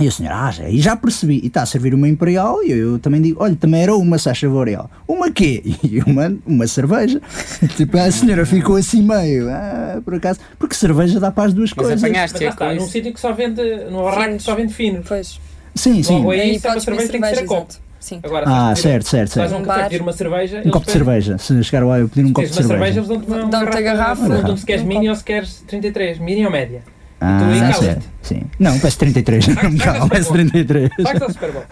Speaker 4: E o senhor, ah, já, e já percebi, e está a servir uma Imperial, e eu, eu também digo, olha, também era uma, se faz favor, e ela, uma quê? E uma, uma cerveja. tipo, a senhora ficou assim meio, ah, por acaso, porque cerveja dá para as duas
Speaker 3: Mas
Speaker 4: coisas.
Speaker 6: Mas
Speaker 3: apanhaste
Speaker 6: lá
Speaker 3: é com
Speaker 6: está, num
Speaker 3: isso.
Speaker 6: sítio que só vende, num barraco que só vende fino.
Speaker 5: Pois.
Speaker 4: Sim, sim.
Speaker 6: Logo aí,
Speaker 5: Aí
Speaker 6: se é uma
Speaker 5: podes beber
Speaker 6: cerveja, tem que ser
Speaker 5: cerveja,
Speaker 6: a copo.
Speaker 5: exato. Sim.
Speaker 6: Agora, se
Speaker 4: Ah,
Speaker 6: vais pedir-
Speaker 4: certo, certo,
Speaker 6: Vais a um
Speaker 4: certo.
Speaker 5: Um
Speaker 6: café
Speaker 5: bar.
Speaker 6: pedir uma cerveja,
Speaker 4: Um copo de cerveja, se chegar lá eu pedir um copo de
Speaker 6: Tens uma cerveja,
Speaker 4: cerveja.
Speaker 6: eles dão-te uma
Speaker 5: Dão-te a
Speaker 6: garrafa,
Speaker 5: garrafa.
Speaker 6: perguntam se queres
Speaker 5: Um
Speaker 6: mini
Speaker 5: copo.
Speaker 6: ou se queres 33, mini ou média.
Speaker 4: Ah,
Speaker 6: tu aí calas-te.
Speaker 4: certo, sim. Não, peço 33, não me calo, peço 33.
Speaker 6: Vai que ao Super Bowl.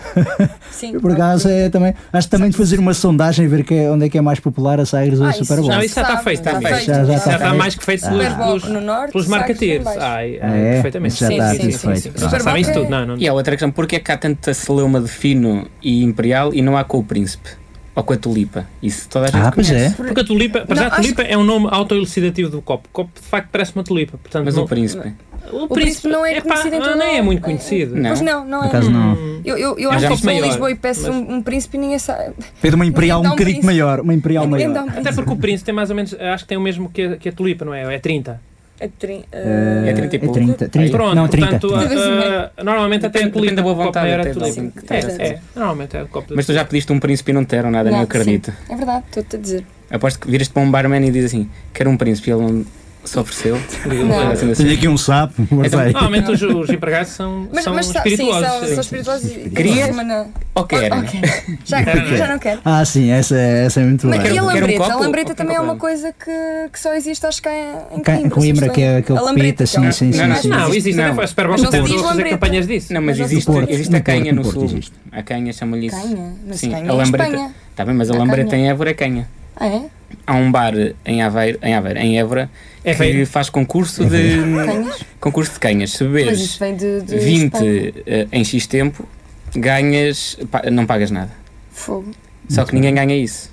Speaker 5: Sim.
Speaker 4: Eu, Por acaso é também, acho também de fazer uma sondagem e ver que é- onde é que é mais popular a Sagres ou
Speaker 5: Ah,
Speaker 4: a
Speaker 5: isso
Speaker 4: Super Bowl.
Speaker 6: Não,
Speaker 5: se
Speaker 6: isso já está
Speaker 5: sabe,
Speaker 6: feito, está
Speaker 5: está
Speaker 6: feito.
Speaker 5: feito,
Speaker 4: Já- já
Speaker 5: já
Speaker 4: está
Speaker 6: Já está
Speaker 4: feito.
Speaker 6: mais que feito
Speaker 4: Ah.
Speaker 5: Super Bowl
Speaker 6: pelos,
Speaker 5: no norte.
Speaker 6: pelos
Speaker 5: Sagres
Speaker 6: marketeers.
Speaker 5: no baixo.
Speaker 6: Ai,
Speaker 4: Ah,
Speaker 6: ai,
Speaker 4: é?
Speaker 6: perfeitamente.
Speaker 4: Isso já
Speaker 5: está
Speaker 6: sim,
Speaker 5: tudo
Speaker 6: sim, sim,
Speaker 4: feito.
Speaker 6: sim.
Speaker 4: Claro.
Speaker 6: Já sabem isso tudo. Não, não,
Speaker 3: E
Speaker 6: não.
Speaker 3: há outra questão, porquê é que há tanta celeuma de fino e imperial e não há com o príncipe? Ou com a tulipa? Isso toda a gente
Speaker 4: Ah, pois
Speaker 3: conhece.
Speaker 4: é.
Speaker 6: Porque a tulipa, para
Speaker 5: Não,
Speaker 6: já a
Speaker 5: acho
Speaker 6: tulipa é um nome autoelucidativo do copo. O copo de facto parece uma tulipa. Portanto,
Speaker 3: Mas
Speaker 6: não-
Speaker 3: o príncipe?
Speaker 6: o
Speaker 5: príncipe não é
Speaker 6: epá,
Speaker 5: conhecido em todo
Speaker 6: Não é
Speaker 5: lado.
Speaker 6: muito conhecido.
Speaker 3: Não.
Speaker 5: Pois não, não
Speaker 4: Por
Speaker 5: é.
Speaker 4: acaso não.
Speaker 5: Eu, eu, eu
Speaker 3: É
Speaker 5: acho
Speaker 3: já
Speaker 5: que
Speaker 3: muito
Speaker 5: estou em
Speaker 6: maior,
Speaker 5: Lisboa e peço
Speaker 6: mas-
Speaker 5: um, um príncipe e ninguém sabe.
Speaker 4: Pede uma Imperial um
Speaker 5: Então,
Speaker 4: bocadinho
Speaker 5: príncipe.
Speaker 4: maior, uma
Speaker 6: Então
Speaker 4: Imperial
Speaker 5: Ninguém
Speaker 4: maior.
Speaker 5: dá um
Speaker 6: Até
Speaker 5: príncipe.
Speaker 6: porque o príncipe tem mais ou menos, acho que tem o mesmo que a, que a tulipa, não é? É 30.
Speaker 5: É trin-
Speaker 3: É
Speaker 5: eh,
Speaker 3: 30 e
Speaker 4: É
Speaker 3: pouco.
Speaker 4: 30, 30.
Speaker 6: Pronto,
Speaker 4: não, 30.
Speaker 6: portanto,
Speaker 5: trinta.
Speaker 6: ah, ah, normalmente até a
Speaker 3: Depende-
Speaker 6: tulipa
Speaker 3: depende da boa
Speaker 6: o copo
Speaker 3: vontade,
Speaker 6: maior é a
Speaker 3: até
Speaker 6: tulipa.
Speaker 3: assim, que
Speaker 5: tens.
Speaker 6: É, é, normalmente é o copo de
Speaker 3: Mas tu já pediste um príncipe e não te deram nada, nem
Speaker 5: não,
Speaker 3: acredito.
Speaker 5: sim. É verdade, estou-te a dizer.
Speaker 3: Aposto que viras-te para um barman e dizes assim: Quero um príncipe. E ele não. Só ofereceu. assim
Speaker 5: Não.
Speaker 4: Tenho aqui um sapo, guardei.
Speaker 6: Normalmente os, os empregados são,
Speaker 5: Mas,
Speaker 6: são
Speaker 5: mas sa-
Speaker 6: espirituosos.
Speaker 5: sim, são, são espirituosos. e- e
Speaker 3: Querias?
Speaker 5: uma na-
Speaker 3: Ou
Speaker 5: Oh,
Speaker 3: quer?
Speaker 5: ok. Já,
Speaker 6: Quero.
Speaker 5: já não quero.
Speaker 4: Ah, sim, essa, é- essa é muito
Speaker 5: Mas
Speaker 4: boa.
Speaker 5: e a
Speaker 3: quero um
Speaker 5: lambreta? a
Speaker 3: copo?
Speaker 5: lambreta
Speaker 3: Ok,
Speaker 5: também é
Speaker 3: ok.
Speaker 5: uma coisa que, que só existe, acho que em, em
Speaker 4: Cá-
Speaker 5: Coimbra.
Speaker 4: Coimbra,
Speaker 5: se
Speaker 4: que é aquele
Speaker 5: A lambreta,
Speaker 4: pita,
Speaker 5: que é
Speaker 4: sim, sim,
Speaker 5: o-
Speaker 4: sim,
Speaker 5: Não,
Speaker 4: sim.
Speaker 5: não,
Speaker 6: Não, existe, até
Speaker 3: Não.
Speaker 6: foi a Super
Speaker 5: Mas
Speaker 6: Bowl
Speaker 5: não se
Speaker 6: Bowl,
Speaker 5: diz
Speaker 6: fazer
Speaker 5: lambreta.
Speaker 6: campanhas disso.
Speaker 3: Não, mas
Speaker 5: Mas
Speaker 3: existe,
Speaker 5: no Porto,
Speaker 3: existe
Speaker 4: no
Speaker 3: a canha no
Speaker 4: Porto, no Porto
Speaker 3: sul.
Speaker 4: existe.
Speaker 3: A canha chama-lhe isso.
Speaker 5: Canha? Mas
Speaker 3: Sim,
Speaker 5: canha
Speaker 3: a
Speaker 5: é
Speaker 3: lambreta.
Speaker 5: Espanha.
Speaker 3: Está bem, mas a
Speaker 5: A
Speaker 3: lambreta
Speaker 5: canha.
Speaker 3: em Évora é canha.
Speaker 5: Ah, é?
Speaker 3: Há um bar em Aveiro, em, Aveiro, em Évora,
Speaker 6: É
Speaker 3: que
Speaker 6: feio.
Speaker 3: faz concurso de,
Speaker 5: É
Speaker 3: hum,
Speaker 5: Canhas?
Speaker 3: concurso de canhas. Se
Speaker 5: Mas
Speaker 3: beberes
Speaker 5: isso vem de. de
Speaker 3: 20
Speaker 5: Espanha.
Speaker 3: eh, em X tempo, ganhas, pa- não pagas nada.
Speaker 5: Fogo.
Speaker 3: Só que ninguém ganha isso.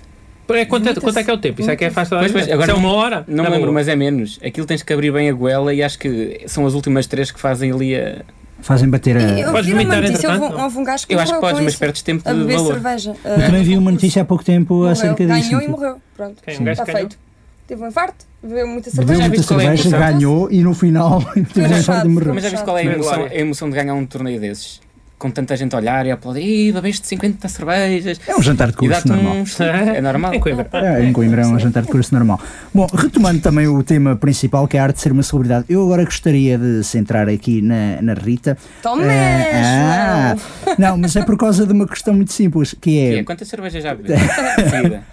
Speaker 6: É, quanto, é, quanto é que é o tempo? Isso é que é faz toda a
Speaker 3: Pois,
Speaker 6: gente.
Speaker 3: pois, agora
Speaker 6: Isso é
Speaker 3: não-
Speaker 6: uma hora?
Speaker 3: Não
Speaker 6: Na
Speaker 3: me lembro,
Speaker 6: boa.
Speaker 3: mas é menos. Aquilo tens que abrir bem a goela e acho que são as últimas três que fazem ali a.
Speaker 4: Fazem bater
Speaker 5: E
Speaker 4: a.
Speaker 5: Eu
Speaker 6: Podes
Speaker 5: vi uma
Speaker 6: vomitar,
Speaker 5: notícia, houve
Speaker 6: entretanto,
Speaker 5: um, houve um gajo que
Speaker 3: Eu acho que
Speaker 5: morreu
Speaker 3: podes,
Speaker 5: com
Speaker 3: mas
Speaker 5: isso,
Speaker 3: perdes tempo
Speaker 5: a
Speaker 3: de
Speaker 5: beber
Speaker 3: valor.
Speaker 5: cerveja.
Speaker 4: Eu também vi uma notícia há pouco tempo acerca
Speaker 5: ganhou
Speaker 4: disso.
Speaker 5: Ganhou e morreu. Pronto.
Speaker 6: Quem? Um
Speaker 4: Sim.
Speaker 6: gajo
Speaker 5: Está
Speaker 6: ganhou.
Speaker 5: feito. Teve um infarto, bebeu muita
Speaker 4: Bebeu
Speaker 5: cerveja.
Speaker 3: Já
Speaker 4: muita
Speaker 3: viste qual é a
Speaker 4: cerveja,
Speaker 3: emoção?
Speaker 4: ganhou e no final teve um infarto e morreu.
Speaker 3: Mas já viste qual é a emoção,
Speaker 6: Glória.
Speaker 3: a emoção de ganhar um torneio desses? Com tanta gente a olhar e a aplaudir, Ih, bebeste 50 cervejas.
Speaker 4: É um jantar de
Speaker 3: E dá-te
Speaker 4: curso normal.
Speaker 3: um. É normal.
Speaker 6: Em Coimbra.
Speaker 4: É, em Coimbra é um jantar de curso normal. Bom, retomando também o tema principal, que é a arte de ser uma celebridade, eu agora gostaria de centrar aqui na, na Rita.
Speaker 5: Toma,
Speaker 4: Ah, ah, não, mas é por causa de uma questão muito simples, que
Speaker 3: Que
Speaker 4: é
Speaker 3: é, Quantas cervejas já bebeste? De seguida.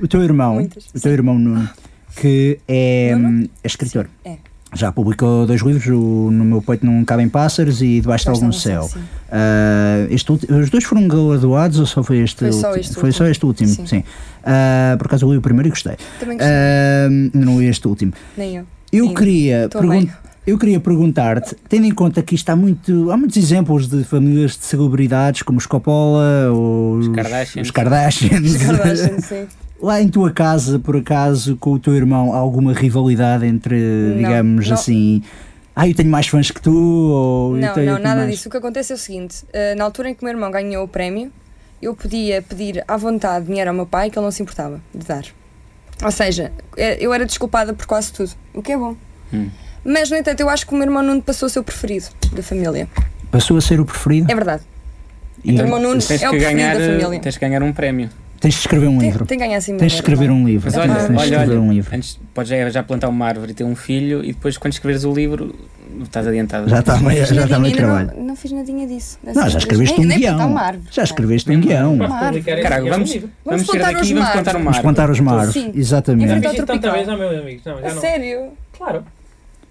Speaker 4: o teu irmão,
Speaker 5: Muitas.
Speaker 4: o teu irmão Nuno, que é, hum, é escritor.
Speaker 5: Sim, é.
Speaker 4: Já publicou dois livros, o No Meu Peito Não Cabem Pássaros e Debaixo de
Speaker 5: Debaixo de
Speaker 4: Algum
Speaker 5: Algum Céu,
Speaker 4: Céu.
Speaker 5: sim.
Speaker 4: Ah, este ulti- os dois foram galardoados ou só foi este
Speaker 5: Foi só
Speaker 4: ulti-
Speaker 5: este
Speaker 4: Foi só
Speaker 5: último.
Speaker 4: este último, sim.
Speaker 5: Sim.
Speaker 4: Ah, por acaso eu li o primeiro e gostei.
Speaker 5: Também gostei.
Speaker 4: Ah, não li este último.
Speaker 5: Nem eu.
Speaker 4: Eu
Speaker 5: Ainda.
Speaker 4: queria,
Speaker 5: Tô
Speaker 4: pergun-
Speaker 5: bem.
Speaker 4: eu queria perguntar-te, tendo em conta que isto há, muito, há muitos exemplos de famílias de celebridades como os Coppola ou os
Speaker 3: Kardashians.
Speaker 4: os Kardashians.
Speaker 5: Kardashian, sim.
Speaker 4: Lá em tua casa, por acaso, com o teu irmão, há alguma rivalidade entre, digamos
Speaker 5: não.
Speaker 4: assim, ah, eu tenho mais fãs que tu? Ou eu tenho-
Speaker 5: Não,
Speaker 4: então eu
Speaker 5: não,
Speaker 4: tenho
Speaker 5: nada
Speaker 4: mais-
Speaker 5: disso. O que acontece é o seguinte: eh, na altura em que o meu irmão ganhou o prémio, eu podia pedir à vontade dinheiro ao meu pai que ele não se importava de dar. Ou seja, eh, eu era desculpada por quase tudo, o que é bom.
Speaker 4: Hum.
Speaker 5: Mas, no entanto, eu acho que o meu irmão Nuno passou a ser o preferido da família.
Speaker 4: Passou a ser o preferido?
Speaker 5: É verdade.
Speaker 4: E
Speaker 5: O meu Nuno
Speaker 3: Tens
Speaker 5: é o
Speaker 3: que
Speaker 5: preferido
Speaker 3: ganhar,
Speaker 5: da família.
Speaker 3: tens que ganhar um prémio.
Speaker 4: Tens de escrever um
Speaker 5: Tem,
Speaker 4: livro.
Speaker 5: tem que ganhar assim
Speaker 4: Tens de escrever um livro.
Speaker 3: Mas
Speaker 5: Ah,
Speaker 3: olha,
Speaker 4: Tens de
Speaker 3: olha,
Speaker 4: escrever
Speaker 3: olha,
Speaker 4: um livro.
Speaker 3: antes podes já, já plantar uma árvore e ter um filho e depois quando escreveres o livro estás adiantado.
Speaker 4: Já está meio, já está meio trabalho.
Speaker 5: Não, fiz nadinha disso. Assim,
Speaker 4: Não, já escreveste um guião.
Speaker 5: né?
Speaker 4: Já
Speaker 5: é?
Speaker 4: escreveste um guião.
Speaker 5: Uma árvore.
Speaker 3: Caralho, vamos,
Speaker 6: Vamos
Speaker 3: vamos chegar
Speaker 5: plantar
Speaker 3: daqui
Speaker 5: os
Speaker 3: e vamos
Speaker 5: mares.
Speaker 3: plantar uma
Speaker 4: Vamos
Speaker 3: árvore.
Speaker 4: plantar os mares.
Speaker 5: Sim.
Speaker 6: Já
Speaker 4: Exatamente.
Speaker 5: Enfrentar-
Speaker 6: fiz isso tanta
Speaker 5: tropical.
Speaker 6: vez, não, meus amigos. Não,
Speaker 5: A
Speaker 6: já não.
Speaker 5: sério?
Speaker 6: Claro.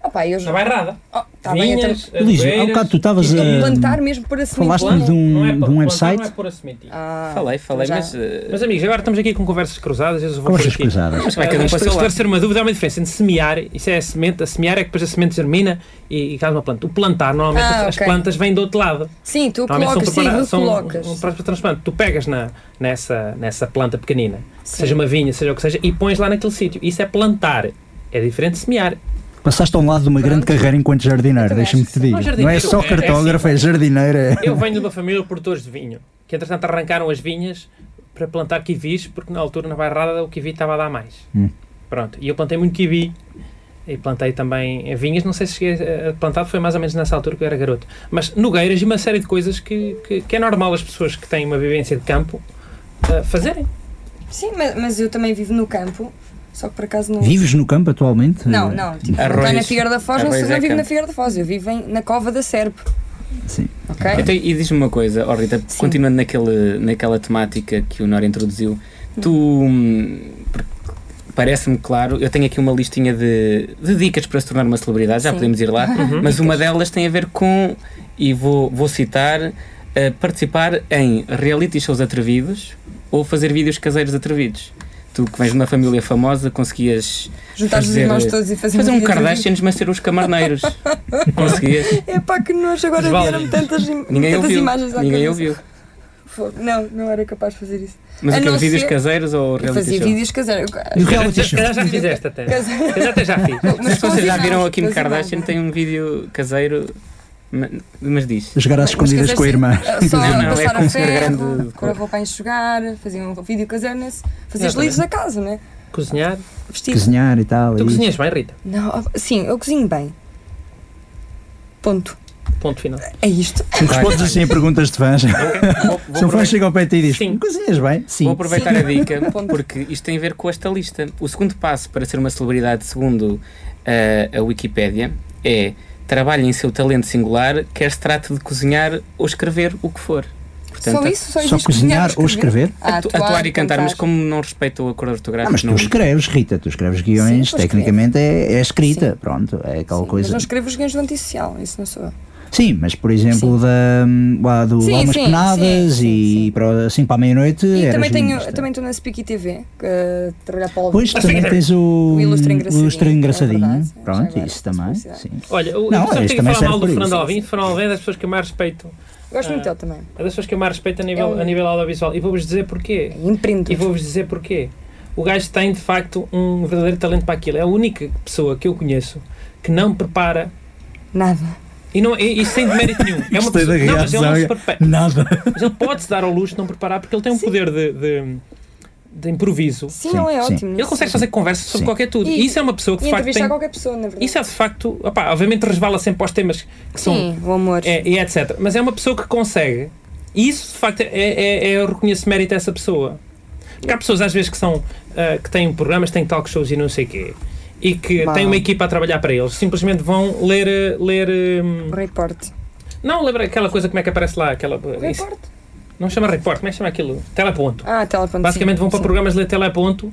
Speaker 5: Ah pá, eu já.
Speaker 6: Na bairrada.
Speaker 5: Oh, tá bem, então.
Speaker 6: Vinhas,
Speaker 4: Lígia, há
Speaker 6: azueiras,
Speaker 4: bocado tu estavas
Speaker 5: Estou a
Speaker 4: a.
Speaker 5: plantar mesmo para a
Speaker 4: falaste
Speaker 5: semente.
Speaker 4: de um-
Speaker 6: não é
Speaker 4: de
Speaker 6: pôr-
Speaker 4: um
Speaker 6: plantar
Speaker 4: website.
Speaker 6: Não é pôr a sementinha.
Speaker 5: Ah,
Speaker 3: Falei, falei,
Speaker 5: já.
Speaker 3: mas. eh,
Speaker 6: Meus amigos, agora estamos aqui com conversas cruzadas. Eu vou por
Speaker 4: Conversas
Speaker 6: aqui.
Speaker 4: cruzadas.
Speaker 3: Mas vai cada um para o
Speaker 6: Para
Speaker 3: seu lado.
Speaker 6: esclarecer uma dúvida, há uma diferença entre semear, isso é a semente, a semear é que depois a semente germina e, e causa uma planta. O plantar, normalmente,
Speaker 5: Ah,
Speaker 6: as- as
Speaker 5: ok.
Speaker 6: plantas vêm do outro lado.
Speaker 5: Sim, tu
Speaker 6: Normalmente
Speaker 5: colocas, sim,
Speaker 6: prepara-
Speaker 5: tu colocas.
Speaker 6: um, um próprio transplante. Tu pegas na, nessa, nessa planta pequenina, seja uma vinha, seja o que seja, e pões lá naquele sítio. Isso é plantar. É diferente de semear.
Speaker 4: Passaste ao lado de uma grande carreira enquanto jardineiro,
Speaker 5: Eu
Speaker 4: deixa-me
Speaker 5: acho
Speaker 4: te
Speaker 5: que
Speaker 6: Não,
Speaker 4: dizer.
Speaker 6: jardineiro
Speaker 4: Não é só
Speaker 6: é- é
Speaker 4: cartógrafo, é jardineiro. é-
Speaker 6: Eu venho de uma família de produtores de vinho, que entretanto arrancaram as vinhas para plantar kiwis, porque na altura na bairrada o kiwi estava a dar mais.
Speaker 4: Hum.
Speaker 6: Pronto, e eu plantei muito kiwi. E plantei também vinhas, não sei se cheguei a plantar, foi mais ou menos nessa altura que eu era garoto. Mas nogueiras e uma série de coisas que, que, que é normal as pessoas que têm uma vivência de campo ah, fazerem.
Speaker 5: Sim, mas, mas eu também vivo no campo, só que por acaso não.
Speaker 4: Vives no campo atualmente?
Speaker 5: Não, não. Tipo, não
Speaker 3: Arroios.
Speaker 5: estou na Figueira da Foz, não, sou-
Speaker 3: Arroios
Speaker 5: não
Speaker 3: é
Speaker 5: vivo
Speaker 3: campo.
Speaker 5: na Figueira da Foz, eu vivo em- na Cova da Serpe.
Speaker 4: Sim.
Speaker 5: Ok?
Speaker 3: Então, e diz-me uma coisa, ó Rita,
Speaker 5: Sim.
Speaker 3: continuando naquele, naquela temática que o Nora introduziu, tu. hum, porque Parece-me claro, eu tenho aqui uma listinha de, de dicas para se tornar uma celebridade, já
Speaker 5: Sim. Uhum.
Speaker 3: podemos ir lá, mas uma delas tem a ver com, e vou, vou citar, eh, participar em reality shows atrevidos ou fazer vídeos caseiros atrevidos. Tu que vens de uma família famosa conseguias
Speaker 5: Juntar os
Speaker 3: fazer,
Speaker 5: irmãos todos e fazer,
Speaker 3: fazer um
Speaker 5: vídeo de
Speaker 3: Kardashians, mas ser os camarneiros. conseguias.
Speaker 5: vídeo. É pá, que nojo, agora
Speaker 6: Osvaldo.
Speaker 5: vieram tantas, im-
Speaker 3: Ninguém
Speaker 5: tantas
Speaker 3: ouviu.
Speaker 5: imagens à
Speaker 3: Ninguém
Speaker 5: cabeça.
Speaker 3: ouviu.
Speaker 5: Fogo. Não, não era capaz de fazer isso.
Speaker 3: Mas
Speaker 5: A
Speaker 3: aqueles
Speaker 5: não
Speaker 3: vídeos
Speaker 5: ser-
Speaker 3: caseiros ou
Speaker 5: Eu
Speaker 3: reality
Speaker 5: fazia
Speaker 3: show?
Speaker 5: vídeos caseiros.
Speaker 4: E o reality
Speaker 6: Se
Speaker 4: show?
Speaker 6: calhar já fizeste até. Se calhar até já fiz.
Speaker 3: Não sei se
Speaker 5: com os
Speaker 3: vocês já
Speaker 5: irmãos,
Speaker 3: viram aqui
Speaker 5: com
Speaker 3: no
Speaker 5: os irmãos,
Speaker 3: Kardashian,
Speaker 5: não é?
Speaker 3: tem um vídeo caseiro, ma- mas diz.
Speaker 4: Jogar às escondidas
Speaker 5: Mas
Speaker 4: com a irmã.
Speaker 5: caseiras, Só
Speaker 3: Não, não, é
Speaker 5: passar
Speaker 3: como
Speaker 5: a
Speaker 3: se fosse
Speaker 5: ferro,
Speaker 3: grande-
Speaker 5: pôr a roupa a enxugar, fazer um vídeo caseiro nesse. Fazer os
Speaker 6: Exatamente.
Speaker 5: livros da casa, né?
Speaker 6: Cozinhar.
Speaker 5: Vestir.
Speaker 4: Cozinhar e tal.
Speaker 6: Tu
Speaker 4: e-
Speaker 6: cozinhas bem, Rita?
Speaker 5: Não, ah, sim, eu cozinho bem. Ponto.
Speaker 6: Ponto final.
Speaker 5: É isto.
Speaker 4: Tu respondes assim a perguntas de fãs. Se um fã chega ao pé de ti e diz:
Speaker 6: Sim.
Speaker 4: Cozinhas bem? Sim.
Speaker 3: Vou aproveitar a dica,
Speaker 5: Ponto.
Speaker 3: porque isto tem a ver com esta lista. O segundo passo para ser uma celebridade, segundo eh, a Wikipédia, é trabalhe em seu talento singular, quer se trate de cozinhar ou escrever o que for.
Speaker 5: só isso? Só,
Speaker 4: Só
Speaker 5: existe
Speaker 4: cozinhar ou escrever?
Speaker 5: Ah,
Speaker 3: atu- atuar, e cantar, mas como não respeita o acordo
Speaker 4: Ah,
Speaker 3: ortográfico,
Speaker 4: mas tu
Speaker 3: não-
Speaker 4: escreves, Rita, tu escreves
Speaker 5: Sim, eu
Speaker 4: guiões,
Speaker 5: escrevo.
Speaker 4: tecnicamente é, é escrita,
Speaker 5: Sim.
Speaker 4: pronto, é aquela
Speaker 5: Sim, Mas
Speaker 4: coisa.
Speaker 5: não escrevo os ganhos do antissocial, isso não sou eu.
Speaker 4: Sim, mas por exemplo, da, lá do
Speaker 5: Sim,
Speaker 4: Almas
Speaker 5: sim,
Speaker 4: Penadas
Speaker 5: sim,
Speaker 4: e
Speaker 5: sim, sim.
Speaker 4: Para, assim para a meia-noite.
Speaker 5: E
Speaker 4: eras
Speaker 5: também tenho-
Speaker 4: guionista.
Speaker 5: também estou na Speaky TV, que eh, trabalhar para o
Speaker 4: Pois também tens o,
Speaker 5: O Ilustre Engraçadinho,
Speaker 4: o Ilustre
Speaker 5: é
Speaker 4: Engraçadinho,
Speaker 5: verdade, sim, já
Speaker 4: pronto,
Speaker 5: agora
Speaker 4: isso
Speaker 5: faço
Speaker 4: também.
Speaker 5: publicidade.
Speaker 4: Sim.
Speaker 6: Olha, o
Speaker 4: Não,
Speaker 6: não,
Speaker 4: este
Speaker 6: sabe que falar
Speaker 4: também serve
Speaker 6: mal do
Speaker 4: por isso.
Speaker 6: Fernando Alvim? Fernando Alvim é das pessoas que eu mais respeito.
Speaker 5: Gosto muito
Speaker 3: Ah.
Speaker 5: dele também.
Speaker 6: É das pessoas que eu mais respeito a
Speaker 5: É
Speaker 6: nível,
Speaker 5: um-
Speaker 6: a nível audiovisual. E vou-vos dizer
Speaker 5: É
Speaker 6: porquê.
Speaker 5: Empreendedor.
Speaker 6: E vou-vos dizer porquê. O gajo tem, de facto, um verdadeiro talento para aquilo. É a única pessoa que eu conheço que não prepara.
Speaker 5: Nada.
Speaker 6: E, não, e, e sem demérito nenhum. É uma
Speaker 4: Gostei da
Speaker 6: pessoa, não, mas ele não se
Speaker 4: reação.
Speaker 6: prepara.
Speaker 4: Nada.
Speaker 6: Mas ele pode-se dar ao luxo de não preparar porque ele tem um poder de, de, de improviso.
Speaker 5: Sim,
Speaker 4: Sim,
Speaker 5: ele é
Speaker 4: sim.
Speaker 5: ótimo.
Speaker 6: Ele
Speaker 5: nisso.
Speaker 6: consegue fazer conversa sobre
Speaker 4: Sim.
Speaker 6: qualquer tudo.
Speaker 5: E-
Speaker 6: E, isso é uma pessoa que,
Speaker 5: E
Speaker 6: de facto,
Speaker 5: entrevistar
Speaker 6: tem.
Speaker 5: qualquer pessoa, na verdade.
Speaker 6: Isso é, de facto. opá, obviamente, resvala sempre aos temas que
Speaker 3: um
Speaker 6: são
Speaker 5: Sim, o amor.
Speaker 6: é, e etc. Mas é uma pessoa que consegue. E isso, de facto, é, é, é- eu reconheço mérito a essa pessoa. Porque há pessoas, às vezes, que, são, ah, que têm programas, têm talk shows e não sei o quê, e que
Speaker 5: Bah.
Speaker 6: têm uma equipa a trabalhar para eles. Simplesmente vão ler. ah, ler hum,
Speaker 5: O reporte.
Speaker 6: não, lembra aquela coisa, como é que aparece lá? Aquela,
Speaker 5: O
Speaker 6: isso-
Speaker 5: reporte?
Speaker 6: não chama report, como é que chama aquilo? Teleponto.
Speaker 5: Ah, teleponto.
Speaker 6: Basicamente,
Speaker 5: sim,
Speaker 6: vão para
Speaker 5: sim.
Speaker 6: programas de ler teleponto.